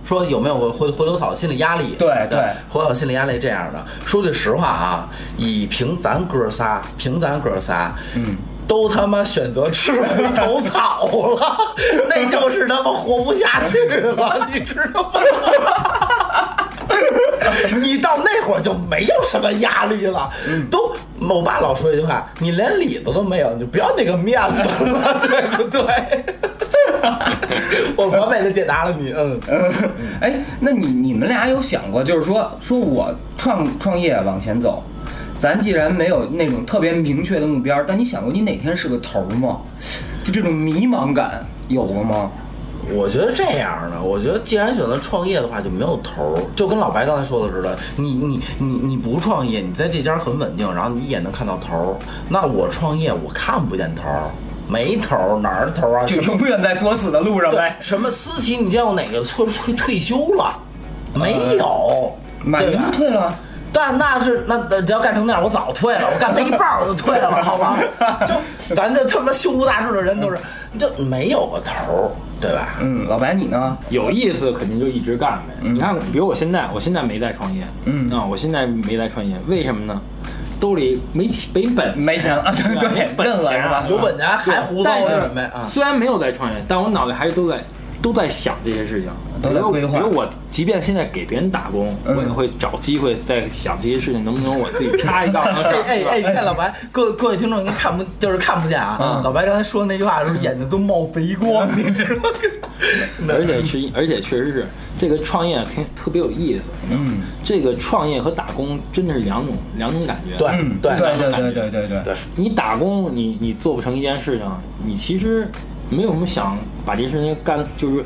[SPEAKER 3] 说有没有回回回头草心理压力？
[SPEAKER 1] 对对
[SPEAKER 3] 回头草心理压力这样的。说句实话啊，以凭咱哥仨，凭咱哥仨，嗯。都他妈选择吃回头草了， 那就是他妈活不下去了，你知道吗？ 你到那会儿就没有什么压力了，
[SPEAKER 1] 嗯
[SPEAKER 3] 都我爸老说一句话，你连里子都没有，你就不要那个面子了，对 不对？我完美的解答了你，嗯，
[SPEAKER 1] 哎，那你你们俩有想过，就是说说我创创业往前走，咱既然没有那种特别明确的目标，但你想过你哪天是个头儿吗？就这种迷茫感有过 吗？
[SPEAKER 3] 我觉得这样的，我觉得既然选择创业的话，就没有头儿，就跟老白刚才说的似的，你你你你不创业，你在这家很稳定，然后你一眼能看到头儿。那我创业，我看不见头儿，没头儿，哪儿的头儿啊？
[SPEAKER 1] 就哎永远在作死的路上
[SPEAKER 3] 对
[SPEAKER 1] 呗，。
[SPEAKER 3] 什么私企，你见过哪个退退退休了？没有，
[SPEAKER 1] 马
[SPEAKER 3] 对
[SPEAKER 1] 云
[SPEAKER 3] 吧
[SPEAKER 1] 不退了，
[SPEAKER 3] 但那是那那只要干成那样，我早退了，我干他一半儿我就退了，好吧？就咱这他妈胸无大志的人都是，就没有个头儿，对吧？
[SPEAKER 1] 嗯，老白你呢？
[SPEAKER 2] 有意思，肯定就一直干呗。你看，比如我现在，我现在没在创业，
[SPEAKER 1] 嗯
[SPEAKER 2] 啊，我现在没在创业，为什么呢？兜里没钱没本，
[SPEAKER 1] 没钱了，
[SPEAKER 2] 对
[SPEAKER 1] 对，
[SPEAKER 2] 本
[SPEAKER 1] 认了
[SPEAKER 2] 钱
[SPEAKER 1] 是吧
[SPEAKER 2] 啊？
[SPEAKER 3] 有本钱还胡诌
[SPEAKER 2] 但
[SPEAKER 3] 呢
[SPEAKER 2] 是
[SPEAKER 3] 什么呀？啊，
[SPEAKER 2] 虽然没有在创业，但我脑袋还是都在都在想这些事情，
[SPEAKER 1] 都在规划
[SPEAKER 2] 比如我即便现在给别人打工，
[SPEAKER 1] 嗯
[SPEAKER 2] 我也会找机会在想这些事情能不能我自己插一道能
[SPEAKER 3] 哎
[SPEAKER 2] 上。
[SPEAKER 3] 哎
[SPEAKER 2] 是吧
[SPEAKER 3] 哎，你看老白，各各位听众应该看不，就是看不见啊。老白刚才说那句话的时候，眼睛都冒肥光，你知道吗？
[SPEAKER 2] 而且是，而且确实是这个创业挺特别有意思。
[SPEAKER 1] 嗯，
[SPEAKER 2] 这个创业和打工真的是两种两种感觉。
[SPEAKER 3] 对
[SPEAKER 1] 嗯，
[SPEAKER 3] 对
[SPEAKER 1] 对对对对对对
[SPEAKER 3] 对
[SPEAKER 2] 你打工，你你做不成一件事情，你其实没有什么想把这事情干，就是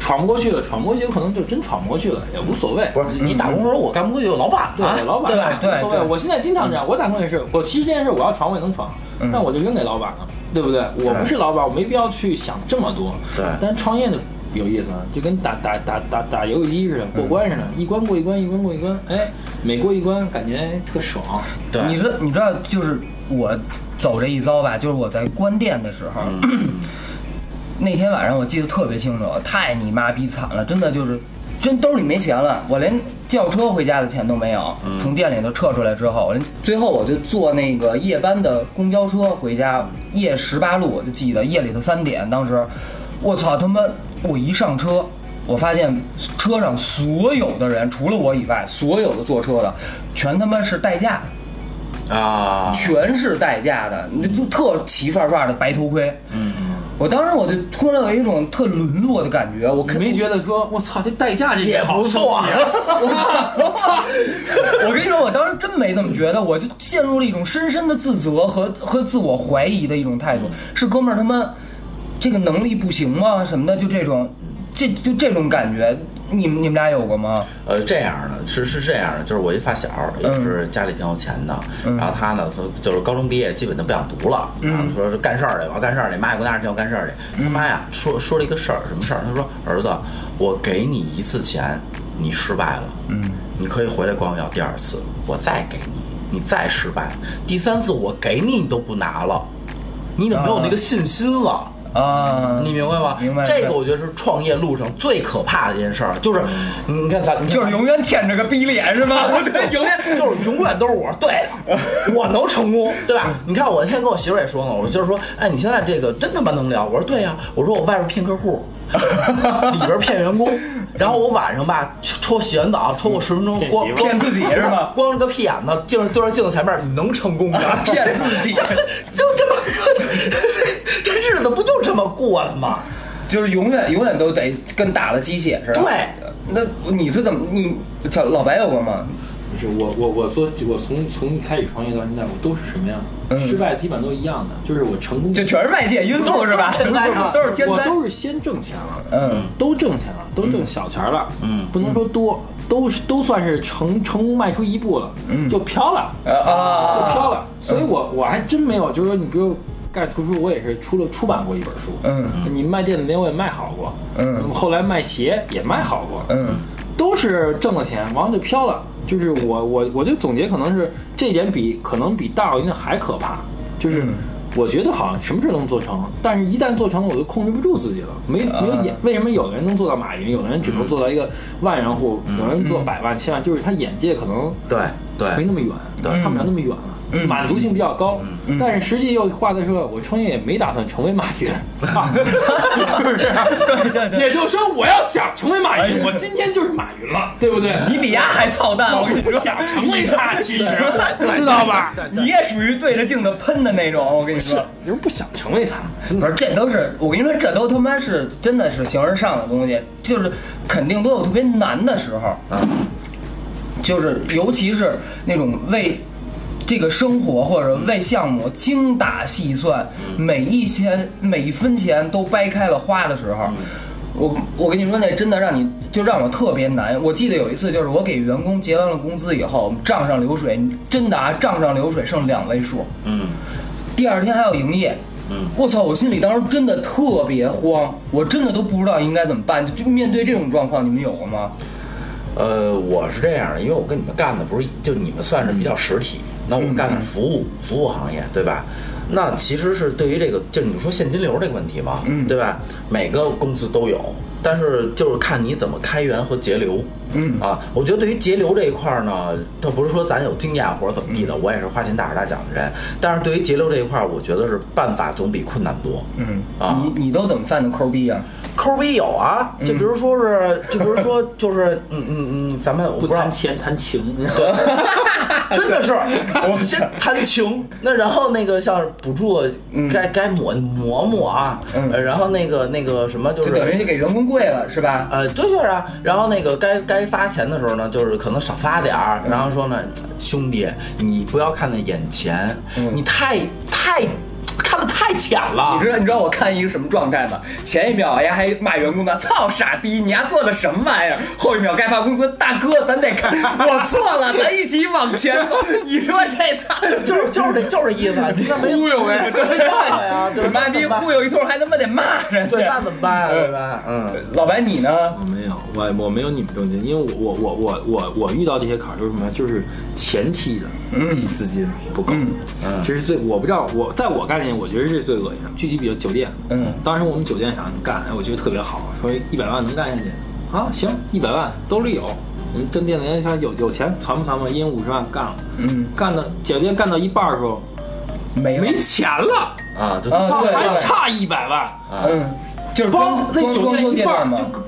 [SPEAKER 2] 闯不过去了，闯不过去可能就真闯不过去了，也无所谓。
[SPEAKER 3] 不是你打工的时候，我干不过去，有老板
[SPEAKER 2] 对，
[SPEAKER 3] 啊
[SPEAKER 2] 给老板
[SPEAKER 3] 对
[SPEAKER 1] 对
[SPEAKER 3] 吧？
[SPEAKER 2] 无所谓。
[SPEAKER 1] 对
[SPEAKER 2] 我现在经常这样，我打工也是，我其实这件事我要闯我也能闯，
[SPEAKER 1] 嗯
[SPEAKER 2] 那我就扔给老板了，对不对？我不是老板，我没必要去想这么多。
[SPEAKER 3] 对
[SPEAKER 2] 但是创业的有意思啊，就跟打打打打打游戏机似的，过关似的，一关过一关，一关过一关，哎，每过一关感觉特爽。
[SPEAKER 3] 对
[SPEAKER 1] 你知你知道，就是我走这一遭吧，就是我在关店的时候， 那天晚上我记得特别清楚，太你妈逼惨了，真的就是。真兜里没钱了，我连叫车回家的钱都没有。从店里头撤出来之后，我连最后我就坐那个夜班的公交车回家，夜十八路，我就记得夜里头三点。当时，我操他妈！我一上车，我发现车上所有的人除了我以外，所有的坐车的全他妈是代驾，
[SPEAKER 3] 啊，
[SPEAKER 1] 全是带价的，你就特齐刷刷的白头盔。
[SPEAKER 3] 嗯，
[SPEAKER 1] 我当时我就突然有一种特沦落的感觉，我
[SPEAKER 4] 你
[SPEAKER 1] 看
[SPEAKER 4] 没觉得说，我操，这代驾这
[SPEAKER 3] 也不
[SPEAKER 4] 错
[SPEAKER 3] 错，
[SPEAKER 1] 我操！ 我跟你说，我当时真没这么觉得，我就陷入了一种深深的自责和和自我怀疑的一种态度。
[SPEAKER 3] 嗯
[SPEAKER 1] 是哥们儿他妈这个能力不行吗？什么的，就这种，这就这种感觉。你们你们俩有过吗？
[SPEAKER 3] 呃，这样的是是这样的，就是我一发小
[SPEAKER 1] 嗯
[SPEAKER 3] 也是家里挺有钱的，然后他呢，从就是高中毕业基本都不想读了，
[SPEAKER 1] 嗯
[SPEAKER 3] 然后说是干事儿去，我要干事儿去，妈也给我拿着钱，我干事儿去。他妈呀，说说了一个事儿，什么事儿？他说儿子，我给你一次钱，你失败了，嗯，你可以回来管我要第二次，我再给你，你再失败，第三次我给你你都不拿了，你怎么没有那个信心了？
[SPEAKER 1] 啊，
[SPEAKER 3] 嗯你明白吗？
[SPEAKER 1] 明白
[SPEAKER 3] 这个我觉得是创业路上最可怕的一件事儿，就是你看咱
[SPEAKER 1] 嗯就是永远舔着个逼脸是 吗？对，永远
[SPEAKER 3] 就是永远都是我对的，我能成功，对吧？你看我那天跟我媳妇儿也说呢，我就是说，哎，你现在这个真他妈能聊。我说对呀、我说我外边骗客户，里边骗员工，然后我晚上吧抽洗完澡抽个十分钟，光
[SPEAKER 2] 媳妇儿
[SPEAKER 1] 骗自己是吧？
[SPEAKER 3] 光着个屁眼子，镜对着镜子前面，你能成功吗？
[SPEAKER 1] 骗自己，
[SPEAKER 3] 就这么个，这这日子不就这么过的吗？
[SPEAKER 1] 就是永远永远都得跟打了鸡血似的。
[SPEAKER 3] 对，
[SPEAKER 1] 那你是怎么你操老白有过吗？
[SPEAKER 2] 不是我我我做我从从一开始创业到现在，我都是什么样？
[SPEAKER 1] 嗯
[SPEAKER 2] 失败基本都一样的，就是我成功
[SPEAKER 1] 就全是外界因素是 吧？
[SPEAKER 3] 天灾啊
[SPEAKER 1] 都是天
[SPEAKER 2] 我
[SPEAKER 1] 灾。
[SPEAKER 2] 都是先挣钱了，
[SPEAKER 1] 嗯
[SPEAKER 2] 都挣钱了，都挣小钱了，
[SPEAKER 3] 嗯
[SPEAKER 2] 不能说多，都是都算是成成功迈出一步了，嗯就飘了，
[SPEAKER 1] 啊啊啊
[SPEAKER 2] 就飘了。所以我我还真没有，就是说你比如干图书，我也是出了出版过一本书，
[SPEAKER 1] 嗯
[SPEAKER 2] 你卖电子烟我也卖好过，
[SPEAKER 1] 嗯
[SPEAKER 2] 后来卖鞋也卖好过，
[SPEAKER 1] 嗯
[SPEAKER 2] 都是挣了钱，完了就飘了。就是我我我就总结，可能是这一点比可能比大老鹰的还可怕，就是。
[SPEAKER 1] 嗯
[SPEAKER 2] 我觉得好像什么事都能做成，但是一旦做成了，我就控制不住自己了。没没有眼，为什么有的人能做到马云，有的人只能做到一个万元户，有的人做百万、千万，就是他眼界可能
[SPEAKER 3] 对对，
[SPEAKER 2] 没那么远，
[SPEAKER 3] 对
[SPEAKER 2] 看不了那么远了，
[SPEAKER 1] 嗯
[SPEAKER 2] 满足性比较高。但是实际又话再说，我创业也没打算成为马 云，操是不是？
[SPEAKER 1] 对对哎对，
[SPEAKER 2] 也就是说，我要想成为马云，我今天就是马云了，对不对？
[SPEAKER 1] 你比丫还操蛋，哎我跟你
[SPEAKER 2] 我
[SPEAKER 1] 说，哎
[SPEAKER 2] 想成为他，其实知道吧？
[SPEAKER 1] 你也属于对着镜子喷的那种，我跟你
[SPEAKER 2] 是
[SPEAKER 1] 说。，
[SPEAKER 2] 就是不想成为他。
[SPEAKER 1] 不是，这都是我跟你说，这都他妈是真的是形而上的东西，就是肯定都有特别难的时候，
[SPEAKER 3] 啊，
[SPEAKER 1] 就是尤其是那种为这个生活或者为项目精打细算，每一钱每一分钱都掰开了花的时候。我我跟你说，那真的让你就让我特别难。我记得有一次，就是我给员工结完了工资以后，账上流水，真的啊，账上流水剩两位数，
[SPEAKER 3] 嗯
[SPEAKER 1] 第二天还要营业。
[SPEAKER 3] 嗯
[SPEAKER 1] 我操！我心里当时真的特别慌，我真的都不知道应该怎么办。就就面对这种状况，你们有过吗？
[SPEAKER 3] 呃，我是这样的，因为我跟你们干的不是，就你们算是比较实体，那我干的服务、服务行业，对吧？那其实是对于这个，就是你说现金流这个问题嘛，
[SPEAKER 1] 嗯
[SPEAKER 3] 对吧？每个公司都有，但是就是看你怎么开源和节流。
[SPEAKER 1] 嗯
[SPEAKER 3] 啊，我觉得对于节流这一块儿呢，倒不是说咱有经验或者怎么地的，我也是花钱大手大脚的人，但是对于节流这一块儿，我觉得是办法总比困难多。
[SPEAKER 1] 嗯
[SPEAKER 3] 啊
[SPEAKER 1] 你你都怎么犯的抠逼啊？
[SPEAKER 3] 抠逼有啊，就比如说是，就比如说就是，嗯嗯嗯，咱们我
[SPEAKER 2] 不
[SPEAKER 3] 不知道
[SPEAKER 2] 谈钱，谈情。
[SPEAKER 3] 真的是，我们先谈情，那然后那个像补助该该抹抹抹啊，
[SPEAKER 1] 嗯
[SPEAKER 3] 呃然后那个那个什么就
[SPEAKER 1] 就是等于就给员工跪了，是吧？
[SPEAKER 3] 呃，对就是啊，然后那个该该发钱的时候呢，就是可能少发点儿，然后说呢，兄弟，你不要看在眼前，
[SPEAKER 1] 嗯
[SPEAKER 3] 你太太看得太浅了，
[SPEAKER 1] 你知道你知道我看一个什么状态吗？前一秒哎呀还骂员工呢，操傻逼，你丫做的什么玩意儿？后一秒该发工资，大哥咱得 看，我错了，咱一起往前走。你说这 操，
[SPEAKER 3] 就是就是这就是这意思，啊 你那没
[SPEAKER 4] 忽悠呗，
[SPEAKER 3] 没办法呀，对吧？
[SPEAKER 1] 妈逼
[SPEAKER 3] 那怎么办
[SPEAKER 1] 忽悠一通还他妈得骂人
[SPEAKER 3] 对，
[SPEAKER 1] 家
[SPEAKER 3] 那。怎么办呀，对吧？嗯。
[SPEAKER 1] 老白你呢？
[SPEAKER 2] 我啊没有，我我没有你们挣钱，因为我我我我我我遇到这些坎儿就是什么呀？就是前期的
[SPEAKER 1] 嗯
[SPEAKER 2] 资金不够，
[SPEAKER 3] 嗯
[SPEAKER 2] 这是最我不知道我在我概念，我觉得这是最恶心的。具体比较酒店，
[SPEAKER 1] 嗯
[SPEAKER 2] 当时我们酒店想干，哎，我觉得特别好，说一百万能干下去啊，行，一百万兜里有，我们跟店里人说有有钱攒不攒吧，一人五十万干了，
[SPEAKER 1] 嗯，
[SPEAKER 2] 干到酒店干到一半儿的时候
[SPEAKER 1] 没了
[SPEAKER 2] 没钱了，
[SPEAKER 3] 啊，就啊
[SPEAKER 1] 啊
[SPEAKER 2] 操，
[SPEAKER 1] 对
[SPEAKER 2] 还
[SPEAKER 1] 对
[SPEAKER 2] 差一百万，
[SPEAKER 1] 嗯，就是
[SPEAKER 2] 帮
[SPEAKER 1] 装
[SPEAKER 2] 啊那
[SPEAKER 1] 装
[SPEAKER 2] 酒
[SPEAKER 1] 装
[SPEAKER 2] 店
[SPEAKER 1] 修
[SPEAKER 2] 一
[SPEAKER 1] 阶
[SPEAKER 2] 半
[SPEAKER 1] 段
[SPEAKER 2] 儿
[SPEAKER 1] 嘛
[SPEAKER 2] 就。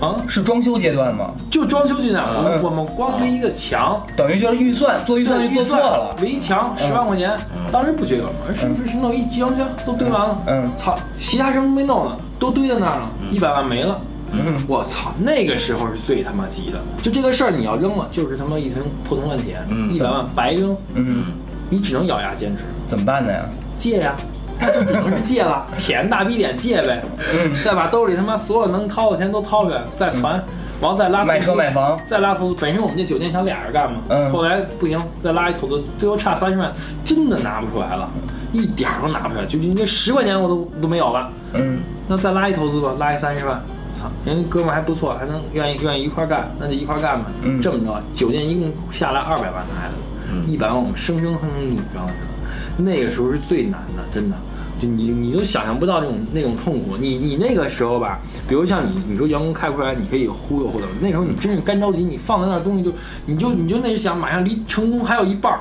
[SPEAKER 1] 啊，是装修阶段吗？
[SPEAKER 2] 就装修进来，我们我们光围一个墙，
[SPEAKER 1] 等于就是预算嗯做预算就
[SPEAKER 2] 预
[SPEAKER 1] 做错
[SPEAKER 2] 算
[SPEAKER 1] 了，嗯
[SPEAKER 2] 围墙十万块钱，当时不觉得，哎是不是弄一集装箱都堆完了？
[SPEAKER 1] 嗯嗯
[SPEAKER 2] 操，其他什么没弄呢，都堆在那儿了，一百万没了。嗯，我操，那个时候是最他妈急的。就这个事儿，你要扔了，就是他妈一盆破铜烂铁，一百万白扔，
[SPEAKER 1] 嗯，
[SPEAKER 2] 你只能咬牙坚持。
[SPEAKER 1] 怎么办呢呀？嗯
[SPEAKER 2] 借呀、那就只能是借了， 嗯舔着大逼脸借呗，再把兜里他妈所有能掏的钱都掏出来，再攒，然后再拉投资
[SPEAKER 1] 卖车卖房
[SPEAKER 2] 再拉投资。本身我们这酒店想俩人干嘛，
[SPEAKER 1] 嗯
[SPEAKER 2] 后来不行，再拉一投资，最后差三十万，真的拿不出来了，一点儿都拿不出来，就你这十块钱我都都没有了。
[SPEAKER 1] 嗯，
[SPEAKER 2] 那再拉一投资吧，拉一三十万。操，人家哥们儿还不错，还能愿意愿意一块儿干，那就一块儿干吧。
[SPEAKER 1] 嗯
[SPEAKER 2] 这么着，酒店一共下来二百万拿下来了，一百万我们生生生生拧上了。那个时候是最难的，真的，就你你都想象不到那种那种痛苦。你你那个时候吧，比如像你你说员工开不出来，你可以忽悠忽悠。那时候你真是干着急，你放在那儿东西就你就你就那是想马上离成功还有一半儿。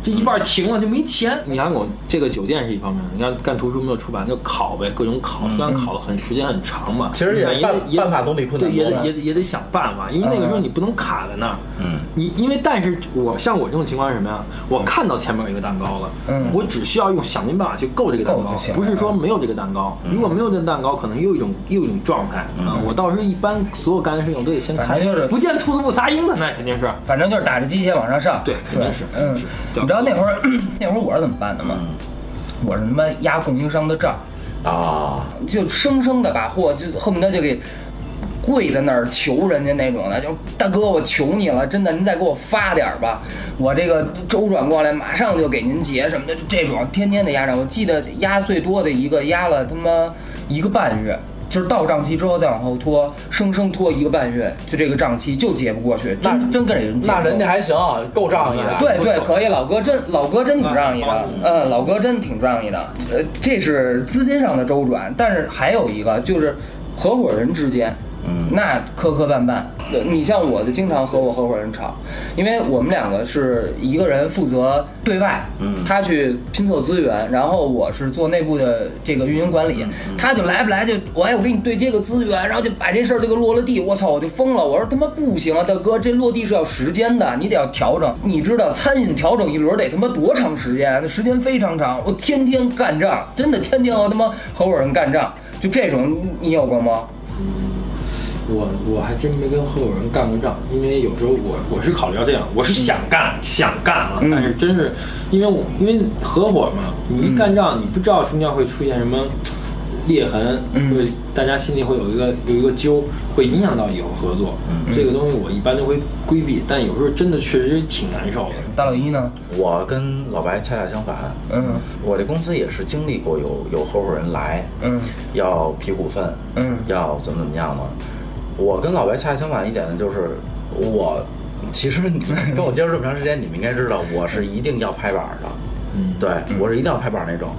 [SPEAKER 2] 这一半儿停了就没钱。你看我这个酒店是一方面，你看干图书没有出版就考呗，各种考，虽然考的很时间很长嘛，
[SPEAKER 3] 嗯其实也
[SPEAKER 2] 但也得
[SPEAKER 3] 办
[SPEAKER 2] 也得
[SPEAKER 3] 办法总比困难
[SPEAKER 2] 对，也
[SPEAKER 3] 多
[SPEAKER 2] 得
[SPEAKER 3] 吧
[SPEAKER 2] 也得也得想办法，因为那个时候你不能卡在那儿。
[SPEAKER 3] 嗯，
[SPEAKER 2] 你因为但是我像我这种情况是什么呀？我看到前面有一个蛋糕了，
[SPEAKER 1] 嗯
[SPEAKER 2] 我只需要用想尽办法去够这个蛋
[SPEAKER 1] 够
[SPEAKER 2] 糕
[SPEAKER 1] 就行，
[SPEAKER 2] 不是说
[SPEAKER 3] 嗯
[SPEAKER 2] 没有这个蛋糕。如果没有这个蛋糕，可能又一种又一种状态
[SPEAKER 3] 嗯
[SPEAKER 2] 啊。我到时候一般所有干的事情我都得先
[SPEAKER 1] 反
[SPEAKER 2] 看，
[SPEAKER 1] 正就是
[SPEAKER 2] 不见兔子不撒鹰的，那肯定是。
[SPEAKER 1] 反正就是打着鸡血往上上。
[SPEAKER 2] 对肯定是
[SPEAKER 1] 嗯，
[SPEAKER 2] 嗯对
[SPEAKER 1] 你知道那会儿 那会儿我是怎么办的吗？我是他妈压供应商的账，
[SPEAKER 3] 啊，
[SPEAKER 1] 就生生的把货就恨不得就给。跪在那儿求人家那种的，就大哥，我求你了，真的，您再给我发点儿吧，我这个周转过来马上就给您结什么的，就这种天天的压账。我记得压最多的一个压了他妈一个半月，就是到账期之后再往后拖，生生拖一个半月，就这个账期就结不过去，真真跟人结不过
[SPEAKER 3] 那
[SPEAKER 1] 去
[SPEAKER 3] 人家还行，够仗义的。
[SPEAKER 1] 对对，可以，老哥真老哥真挺仗义的，嗯，老哥真挺仗义的。呃，这是资金上的周转，但是还有一个就是合伙人之间，嗯，那磕磕绊绊。呃你像我就经常和我合伙人吵，因为我们两个是一个人负责对外，嗯，他去拼凑资源，然后我是做内部的这个运营管理，他就来不来就我哎我给你对接个资源，然后就把这事儿就给落了地，我操我就疯了，我说他妈不行啊，大哥，这落地是要时间的，你得要调整，你知道餐饮调整一轮得他妈多长时间啊？那时间非常长，我天天干仗，真的天天和他妈合伙人干仗，就这种你你有过吗？
[SPEAKER 2] 我我还真没跟合伙人干过仗，因为有时候我我是考虑到这样，我是想干、想干啊，但是真是因为我因为合伙嘛，你一干仗，你不知道中间会出现什么裂痕，会大家心里会有一个有一个揪，会影响到以后合作。这个东西我一般都会规避，但有时候真的确实挺难受的。
[SPEAKER 1] 大老一呢？
[SPEAKER 3] 我跟老白恰恰相反，
[SPEAKER 1] 嗯
[SPEAKER 3] 我这公司也是经历过有有合伙人来，
[SPEAKER 1] 嗯
[SPEAKER 3] 要批股份，
[SPEAKER 1] 嗯
[SPEAKER 3] 要怎么怎么样嘛。我跟老白恰恰相反一点呢，就是我其实你们跟我接触这么长时间，你们应该知道，我是一定要拍板的，嗯，对我是一定要拍板那种。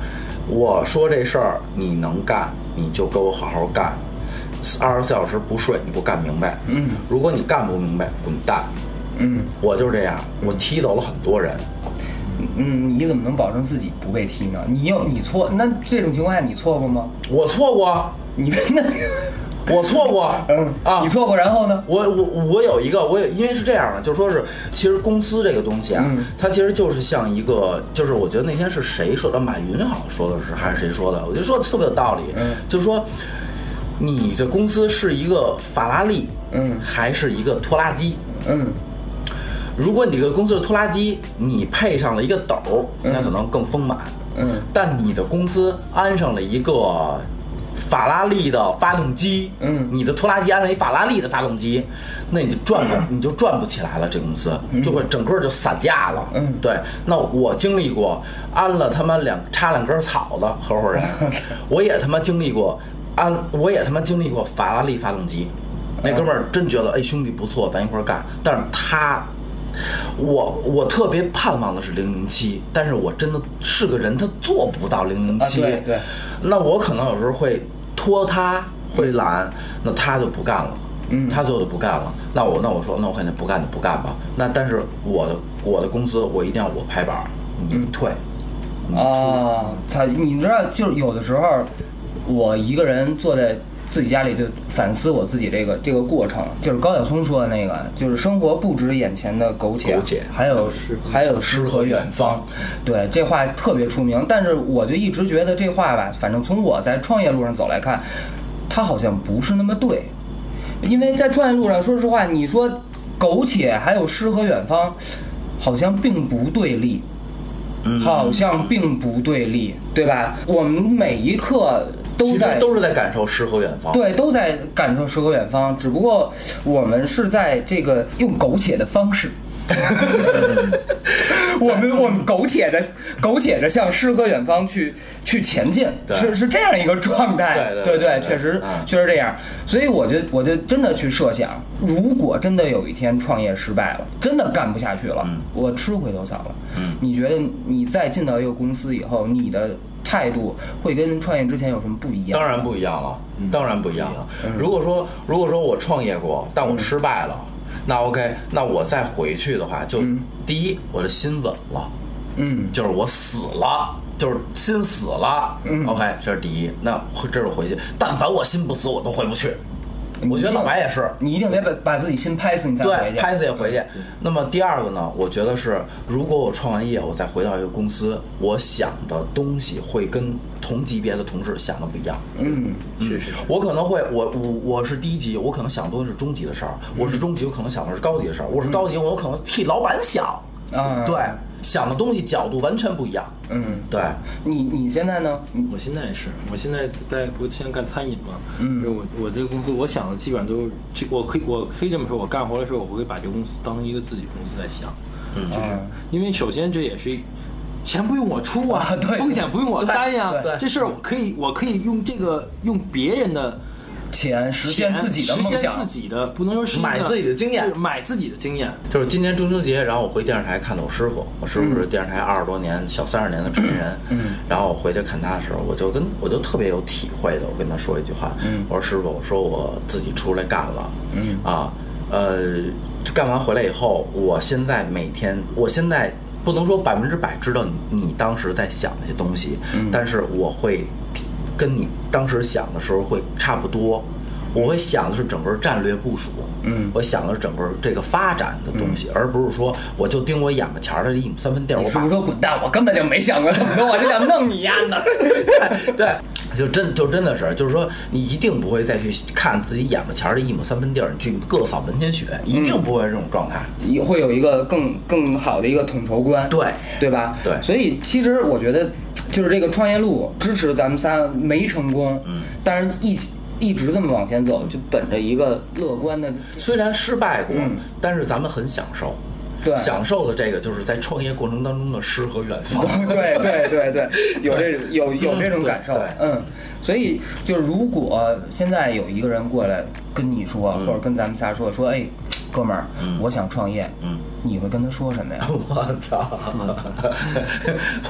[SPEAKER 3] 我说这事儿你能干，你就给我好好干，二十四小时不睡，你给我干明白。
[SPEAKER 1] 嗯，
[SPEAKER 3] 如果你干不明白，滚蛋。
[SPEAKER 1] 嗯
[SPEAKER 3] 我就是这样，我踢走了很多人。
[SPEAKER 1] 嗯，你怎么能保证自己不被踢呢？你有你错，那这种情况下你错过吗？
[SPEAKER 3] 我错过，
[SPEAKER 1] 你 那，
[SPEAKER 3] 我错过
[SPEAKER 1] 嗯
[SPEAKER 3] 啊，
[SPEAKER 1] 你错过，然后呢？
[SPEAKER 3] 我我我有一个，我有，因为是这样的，就说是，其实公司这个东西啊，
[SPEAKER 1] 嗯
[SPEAKER 3] 它其实就是像一个，就是我觉得那天是谁说的，马云好像说的是还是谁说的，我觉得说的特别有道理，
[SPEAKER 1] 嗯
[SPEAKER 3] 就是说，你的公司是一个法拉利，
[SPEAKER 1] 嗯
[SPEAKER 3] 还是一个拖拉机？
[SPEAKER 1] 嗯
[SPEAKER 3] 如果你这个公司是拖拉机，你配上了一个斗儿，那可能更丰满，
[SPEAKER 1] 嗯
[SPEAKER 3] 但你的公司安上了一个法拉利的发动机，
[SPEAKER 1] 嗯
[SPEAKER 3] 你的拖拉机安了一法拉利的发动机，那你就转不，
[SPEAKER 1] 嗯
[SPEAKER 3] 你就转不起来了，这公司就会整个就散架了，
[SPEAKER 1] 嗯
[SPEAKER 3] 对。那我经历过安了他妈两插两根草的合 伙人，我也他妈经历过安，我也他妈经历过法拉利发动机。那哥们儿真觉得，哎，兄弟不错，咱一块儿干。但是他我我特别盼望的是零零七，但是我真的是个人，他做不到零零七。
[SPEAKER 1] 啊对对
[SPEAKER 3] 那我可能有时候会拖他，会懒，那他就不干了。
[SPEAKER 1] 嗯
[SPEAKER 3] 他最后就不干了。那我那我说，那我肯定不干就不干吧。那但是我的我的工资我一定要我拍板儿，你
[SPEAKER 1] 嗯
[SPEAKER 3] 不退，嗯你出
[SPEAKER 1] 哦啊，操！你知道，就是有的时候，我一个人坐在自己家里就反思我自己这个这个过程，就是高晓松说的那个，就是生活不止眼前的苟且，
[SPEAKER 5] 苟且
[SPEAKER 1] 还有还有诗和远方。对，这话特别出名，但是我就一直觉得这话吧，反正从我在创业路上走来看，它好像不是那么对，因为在创业路上，说实话，你说苟且还有诗和远方，好像并不对立。
[SPEAKER 3] 嗯
[SPEAKER 1] 好像并不对立，对吧？我们每一刻
[SPEAKER 3] 其
[SPEAKER 1] 都
[SPEAKER 3] 实
[SPEAKER 1] 在
[SPEAKER 3] 都是在感受诗和远方。
[SPEAKER 1] 对，都在感受诗和远方，只不过我们是在这个用苟且的方 式。我们我们苟且的苟且的向诗和远方去去前进，
[SPEAKER 3] 对
[SPEAKER 1] 是是这样一个状态，
[SPEAKER 3] 对对
[SPEAKER 1] 对
[SPEAKER 3] 对对
[SPEAKER 1] 确实
[SPEAKER 3] 嗯
[SPEAKER 1] 确实这样。所以我就我就真的去设想，如果真的有一天创业失败了，真的干不下去了，
[SPEAKER 3] 嗯
[SPEAKER 1] 我吃回头草了。嗯，你觉得你再进到一个公司以后，你的态度会跟创业之前有什么不一样？
[SPEAKER 3] 当然不一样了，
[SPEAKER 1] 嗯
[SPEAKER 3] 当然不一样了。如果说如果说我创业过，但
[SPEAKER 1] 嗯
[SPEAKER 3] 我失败了，那 OK，那我再回去的话，就第一，我的心稳了，
[SPEAKER 1] 嗯，
[SPEAKER 3] 就是我死了。就是心死了、o
[SPEAKER 1] 嗯
[SPEAKER 3] k 这是第一。那这是回去，但凡我心不死，我都回不去。我觉得老白也是，
[SPEAKER 1] 你一定得把把自己心拍死，你才回
[SPEAKER 3] 对，
[SPEAKER 1] 去。嗯
[SPEAKER 3] 拍死也回去。那么第二个呢，我觉得是，如果我创完业，我再回到一个公司，我想的东西会跟同级别的同事想的不一样。
[SPEAKER 1] 嗯，
[SPEAKER 3] 是是，我可能会，我我我是低级，我可能想多的是中级的事儿；我是中级，我可能想的是高级的事儿；我
[SPEAKER 1] 嗯
[SPEAKER 3] 是高级，我有可能替老板想。
[SPEAKER 1] 啊
[SPEAKER 3] 对，想的东西角度完全不一样。
[SPEAKER 1] 嗯，
[SPEAKER 3] 对，
[SPEAKER 1] 你你现在呢？你
[SPEAKER 6] 我现在也是，我现在在不是现在干餐饮嘛，嗯，我我这个公司，我想的基本上都是，这我可以我可以这么说，我干活的时候，我会把这个公司当成一个自己公司在想，嗯，就是
[SPEAKER 1] 啊
[SPEAKER 6] 因为首先这也是。钱不用我出啊，
[SPEAKER 1] 对
[SPEAKER 6] 风险不用我担呀、
[SPEAKER 1] 对
[SPEAKER 6] 这事儿我可以，我可以用这个用别人的
[SPEAKER 1] 钱实现自己的
[SPEAKER 6] 钱
[SPEAKER 1] 梦
[SPEAKER 6] 实现
[SPEAKER 1] 想
[SPEAKER 6] 自，己的不能说是
[SPEAKER 3] 买自己的经验
[SPEAKER 6] 买自己的经验，
[SPEAKER 3] 就是今年中秋节，然后我回电视台看到我师傅，我师傅是电视台二十多年、小三十年的传人。嗯，然后我回去看他的时候，我就跟我就特别有体会的，我跟他说一句话，嗯，我说师傅，我说我自己出来干了，嗯啊，呃，干完回来以后，我现在每天，我现在不能说百分之百知道你你当时在想那些东西，但是我会跟你当时想的时候会差不多。我会想的是整个战略部署，嗯，我想的是整个这个发展的东
[SPEAKER 1] 嗯
[SPEAKER 3] 西，而不是说我就盯我眼巴前儿的一亩三分地儿，我
[SPEAKER 1] 是不
[SPEAKER 3] 把
[SPEAKER 1] 是说滚蛋？我根本就没想过这么多，我就想弄你丫的。
[SPEAKER 3] 对，就真就真的是，就是说你一定不会再去看自己眼巴前儿的一亩三分地儿，你去各扫门前雪，
[SPEAKER 1] 嗯
[SPEAKER 3] 一定不会这种状态。
[SPEAKER 1] 也会有一个更更好的一个统筹观，
[SPEAKER 3] 对
[SPEAKER 1] 对吧？
[SPEAKER 3] 对
[SPEAKER 1] 所以其实我觉得，就是这个创业路支持咱们仨没成功，嗯，但是一起一直这么往前走，就本着一个乐观的，
[SPEAKER 3] 虽然失败过，
[SPEAKER 1] 嗯
[SPEAKER 3] 但是咱们很享受。
[SPEAKER 1] 对
[SPEAKER 3] 享受的这个就是在创业过程当中的诗和远方。
[SPEAKER 1] 对对对对，有这有有这种感受
[SPEAKER 3] 对对，
[SPEAKER 1] 嗯，所以就是如果现在有一个人过来跟你说，或者跟咱们仨说说，哎，哥们儿，我想创业，嗯，你会跟他说什么呀？
[SPEAKER 3] 我操！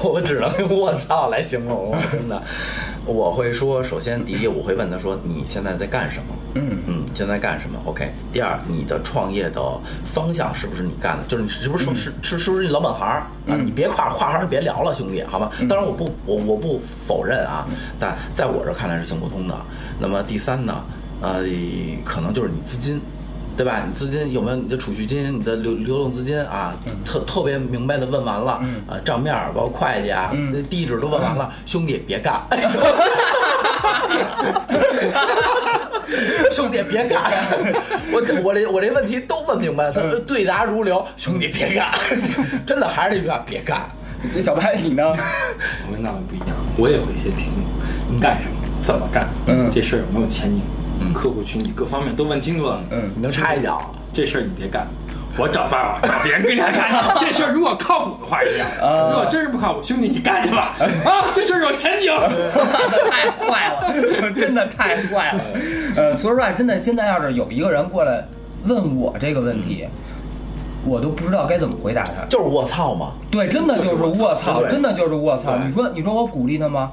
[SPEAKER 3] 我只能用“我操”来形容，真的。我会说，首先第一，我会问他说：“你现在在干什么？”
[SPEAKER 1] 嗯
[SPEAKER 3] 嗯，现在干什么？OK。第二，你的创业的方向是不是你干的？就是你是不是是是是不是你老本行儿啊？你别跨跨行，别聊了，兄弟，好吗？当然，我不我我不否认啊，但在我这儿看来是行不通的。那么第三呢，呃，可能就是你资金。对吧？你资金有没有你的储蓄金、你的流流动资金啊？特特别明白的问完了，啊，账面儿包括会计啊，那地址都问完了，兄弟别干，兄弟别干，我这我这我这问题都问明白了，他对答如流，兄弟别干，真的还是那句话，别干。
[SPEAKER 1] 小白，你呢？
[SPEAKER 6] 我跟大伟不一样，我也会先听你干什么，怎么干，嗯，这事儿有没有前景，客户群体各方面都问清楚了，
[SPEAKER 1] 嗯
[SPEAKER 3] 你能插一脚？
[SPEAKER 6] 这事儿你别干，我找办法找别人跟他干。这事儿如果靠谱的话是这样，如果真是不靠谱，兄弟你干去吧，啊，这事儿有前景。
[SPEAKER 1] 太坏了， 真的太坏了。呃，说实话，真的，现在要是有一个人过来问我这个问题，我都不知道该怎么回答他。
[SPEAKER 3] 就是我操嘛，
[SPEAKER 1] 对，真的就是卧槽，
[SPEAKER 3] 对
[SPEAKER 1] 真的就是卧槽。
[SPEAKER 3] 对
[SPEAKER 1] 你说，你说我鼓励他吗？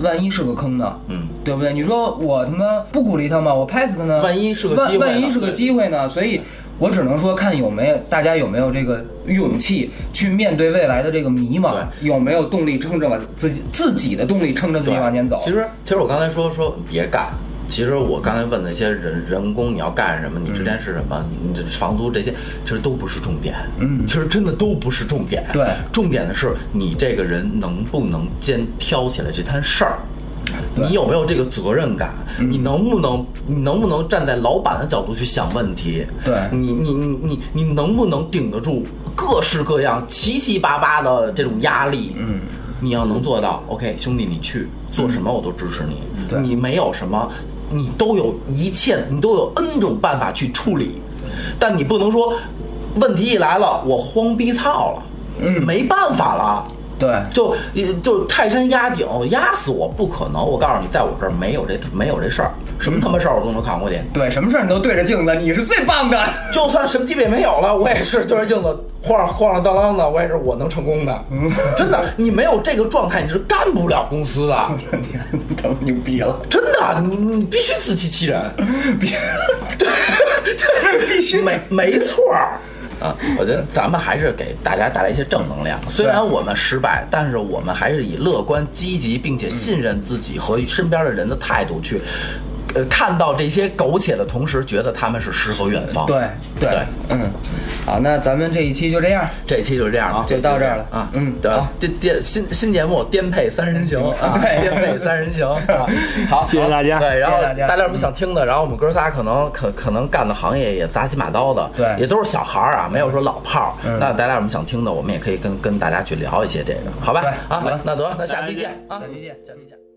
[SPEAKER 1] 万一是个坑呢？
[SPEAKER 3] 嗯
[SPEAKER 1] 对不对？你说我他妈不鼓励他吗？我拍死他呢？
[SPEAKER 3] 万一是个机会呢
[SPEAKER 1] 万万一是个机会呢？所以，我只能说看有没有大家有没有这个勇气去面对未来的这个迷茫，
[SPEAKER 3] 对
[SPEAKER 1] 有没有动力撑着往自己自己的动力撑着自己往前走。
[SPEAKER 3] 其实，其实我刚才说说别干，其实我刚才问的那些人人工你要干什么，
[SPEAKER 1] 嗯
[SPEAKER 3] 你之前是什么，你这房租这些，其实都不是重点。嗯，其实真的都不是重点。
[SPEAKER 1] 对
[SPEAKER 3] 重点的是你这个人能不能肩挑起来这摊事儿。你有没有这个责任感？
[SPEAKER 1] 嗯
[SPEAKER 3] 你能不能，你能不能站在老板的角度去想问题？
[SPEAKER 1] 对
[SPEAKER 3] 你，你，你，你，你能不能顶得住各式各样七七八八的这种压力？嗯，你要能做到，OK，兄弟，你去做什么我都支持你。
[SPEAKER 1] 对
[SPEAKER 3] 你没有什么，你都有一切，你都有 N 种办法去处理，但你不能说问题一来了，我慌逼操了，嗯，没办法了。
[SPEAKER 1] 对，
[SPEAKER 3] 就呃就泰山压顶，压死我不可能。我告诉你，在我这儿没有这没有这事儿，什么他妈事儿我都能扛过去。
[SPEAKER 1] 对，什么事儿你都对着镜子，你是最棒的。
[SPEAKER 3] 就算什么级别没有了，我也是对着镜子晃晃晃荡荡的，我也是我能成功的。真的，你没有这个状态，你是干不了公司 的。
[SPEAKER 1] 你他妈牛逼了，
[SPEAKER 3] 真的，你你必须自欺欺人，
[SPEAKER 1] 别
[SPEAKER 3] 必须没没错儿。啊，我觉得咱们还是给大家带来一些正能量。虽然我们失败，但是我们还是以乐观、积极，并且信任自己和身边的人的态度去，呃，看到这些苟且的同时，觉得他们是诗和远方。
[SPEAKER 1] 对
[SPEAKER 3] 哦对，
[SPEAKER 1] 嗯，好，那咱们这一期就这样。
[SPEAKER 3] 这期就这样，这
[SPEAKER 1] 就
[SPEAKER 3] 期
[SPEAKER 1] 到
[SPEAKER 3] 这
[SPEAKER 1] 这儿
[SPEAKER 3] 样
[SPEAKER 1] 了
[SPEAKER 3] 啊。
[SPEAKER 1] 嗯
[SPEAKER 3] 对
[SPEAKER 1] 好，嗯
[SPEAKER 3] 颠颠新新节目《颠沛三人行》啊，
[SPEAKER 1] 对
[SPEAKER 3] 颠沛三人行》 啊。好，
[SPEAKER 6] 谢谢
[SPEAKER 3] 好
[SPEAKER 6] 大家
[SPEAKER 3] 对，然后
[SPEAKER 1] 谢谢大家
[SPEAKER 3] 大家有什么想听的，然后我们哥仨可能可可能干的行业也杂七马刀的，
[SPEAKER 1] 对嗯
[SPEAKER 3] 也都是小孩儿啊，没有说老炮儿。那大家有什么想听的，我们也可以跟跟大家去聊一些这个，好吧
[SPEAKER 1] 对？
[SPEAKER 3] 啊
[SPEAKER 1] 好的，
[SPEAKER 3] 那得，那下期见啊，
[SPEAKER 1] 下期见
[SPEAKER 3] 下期见。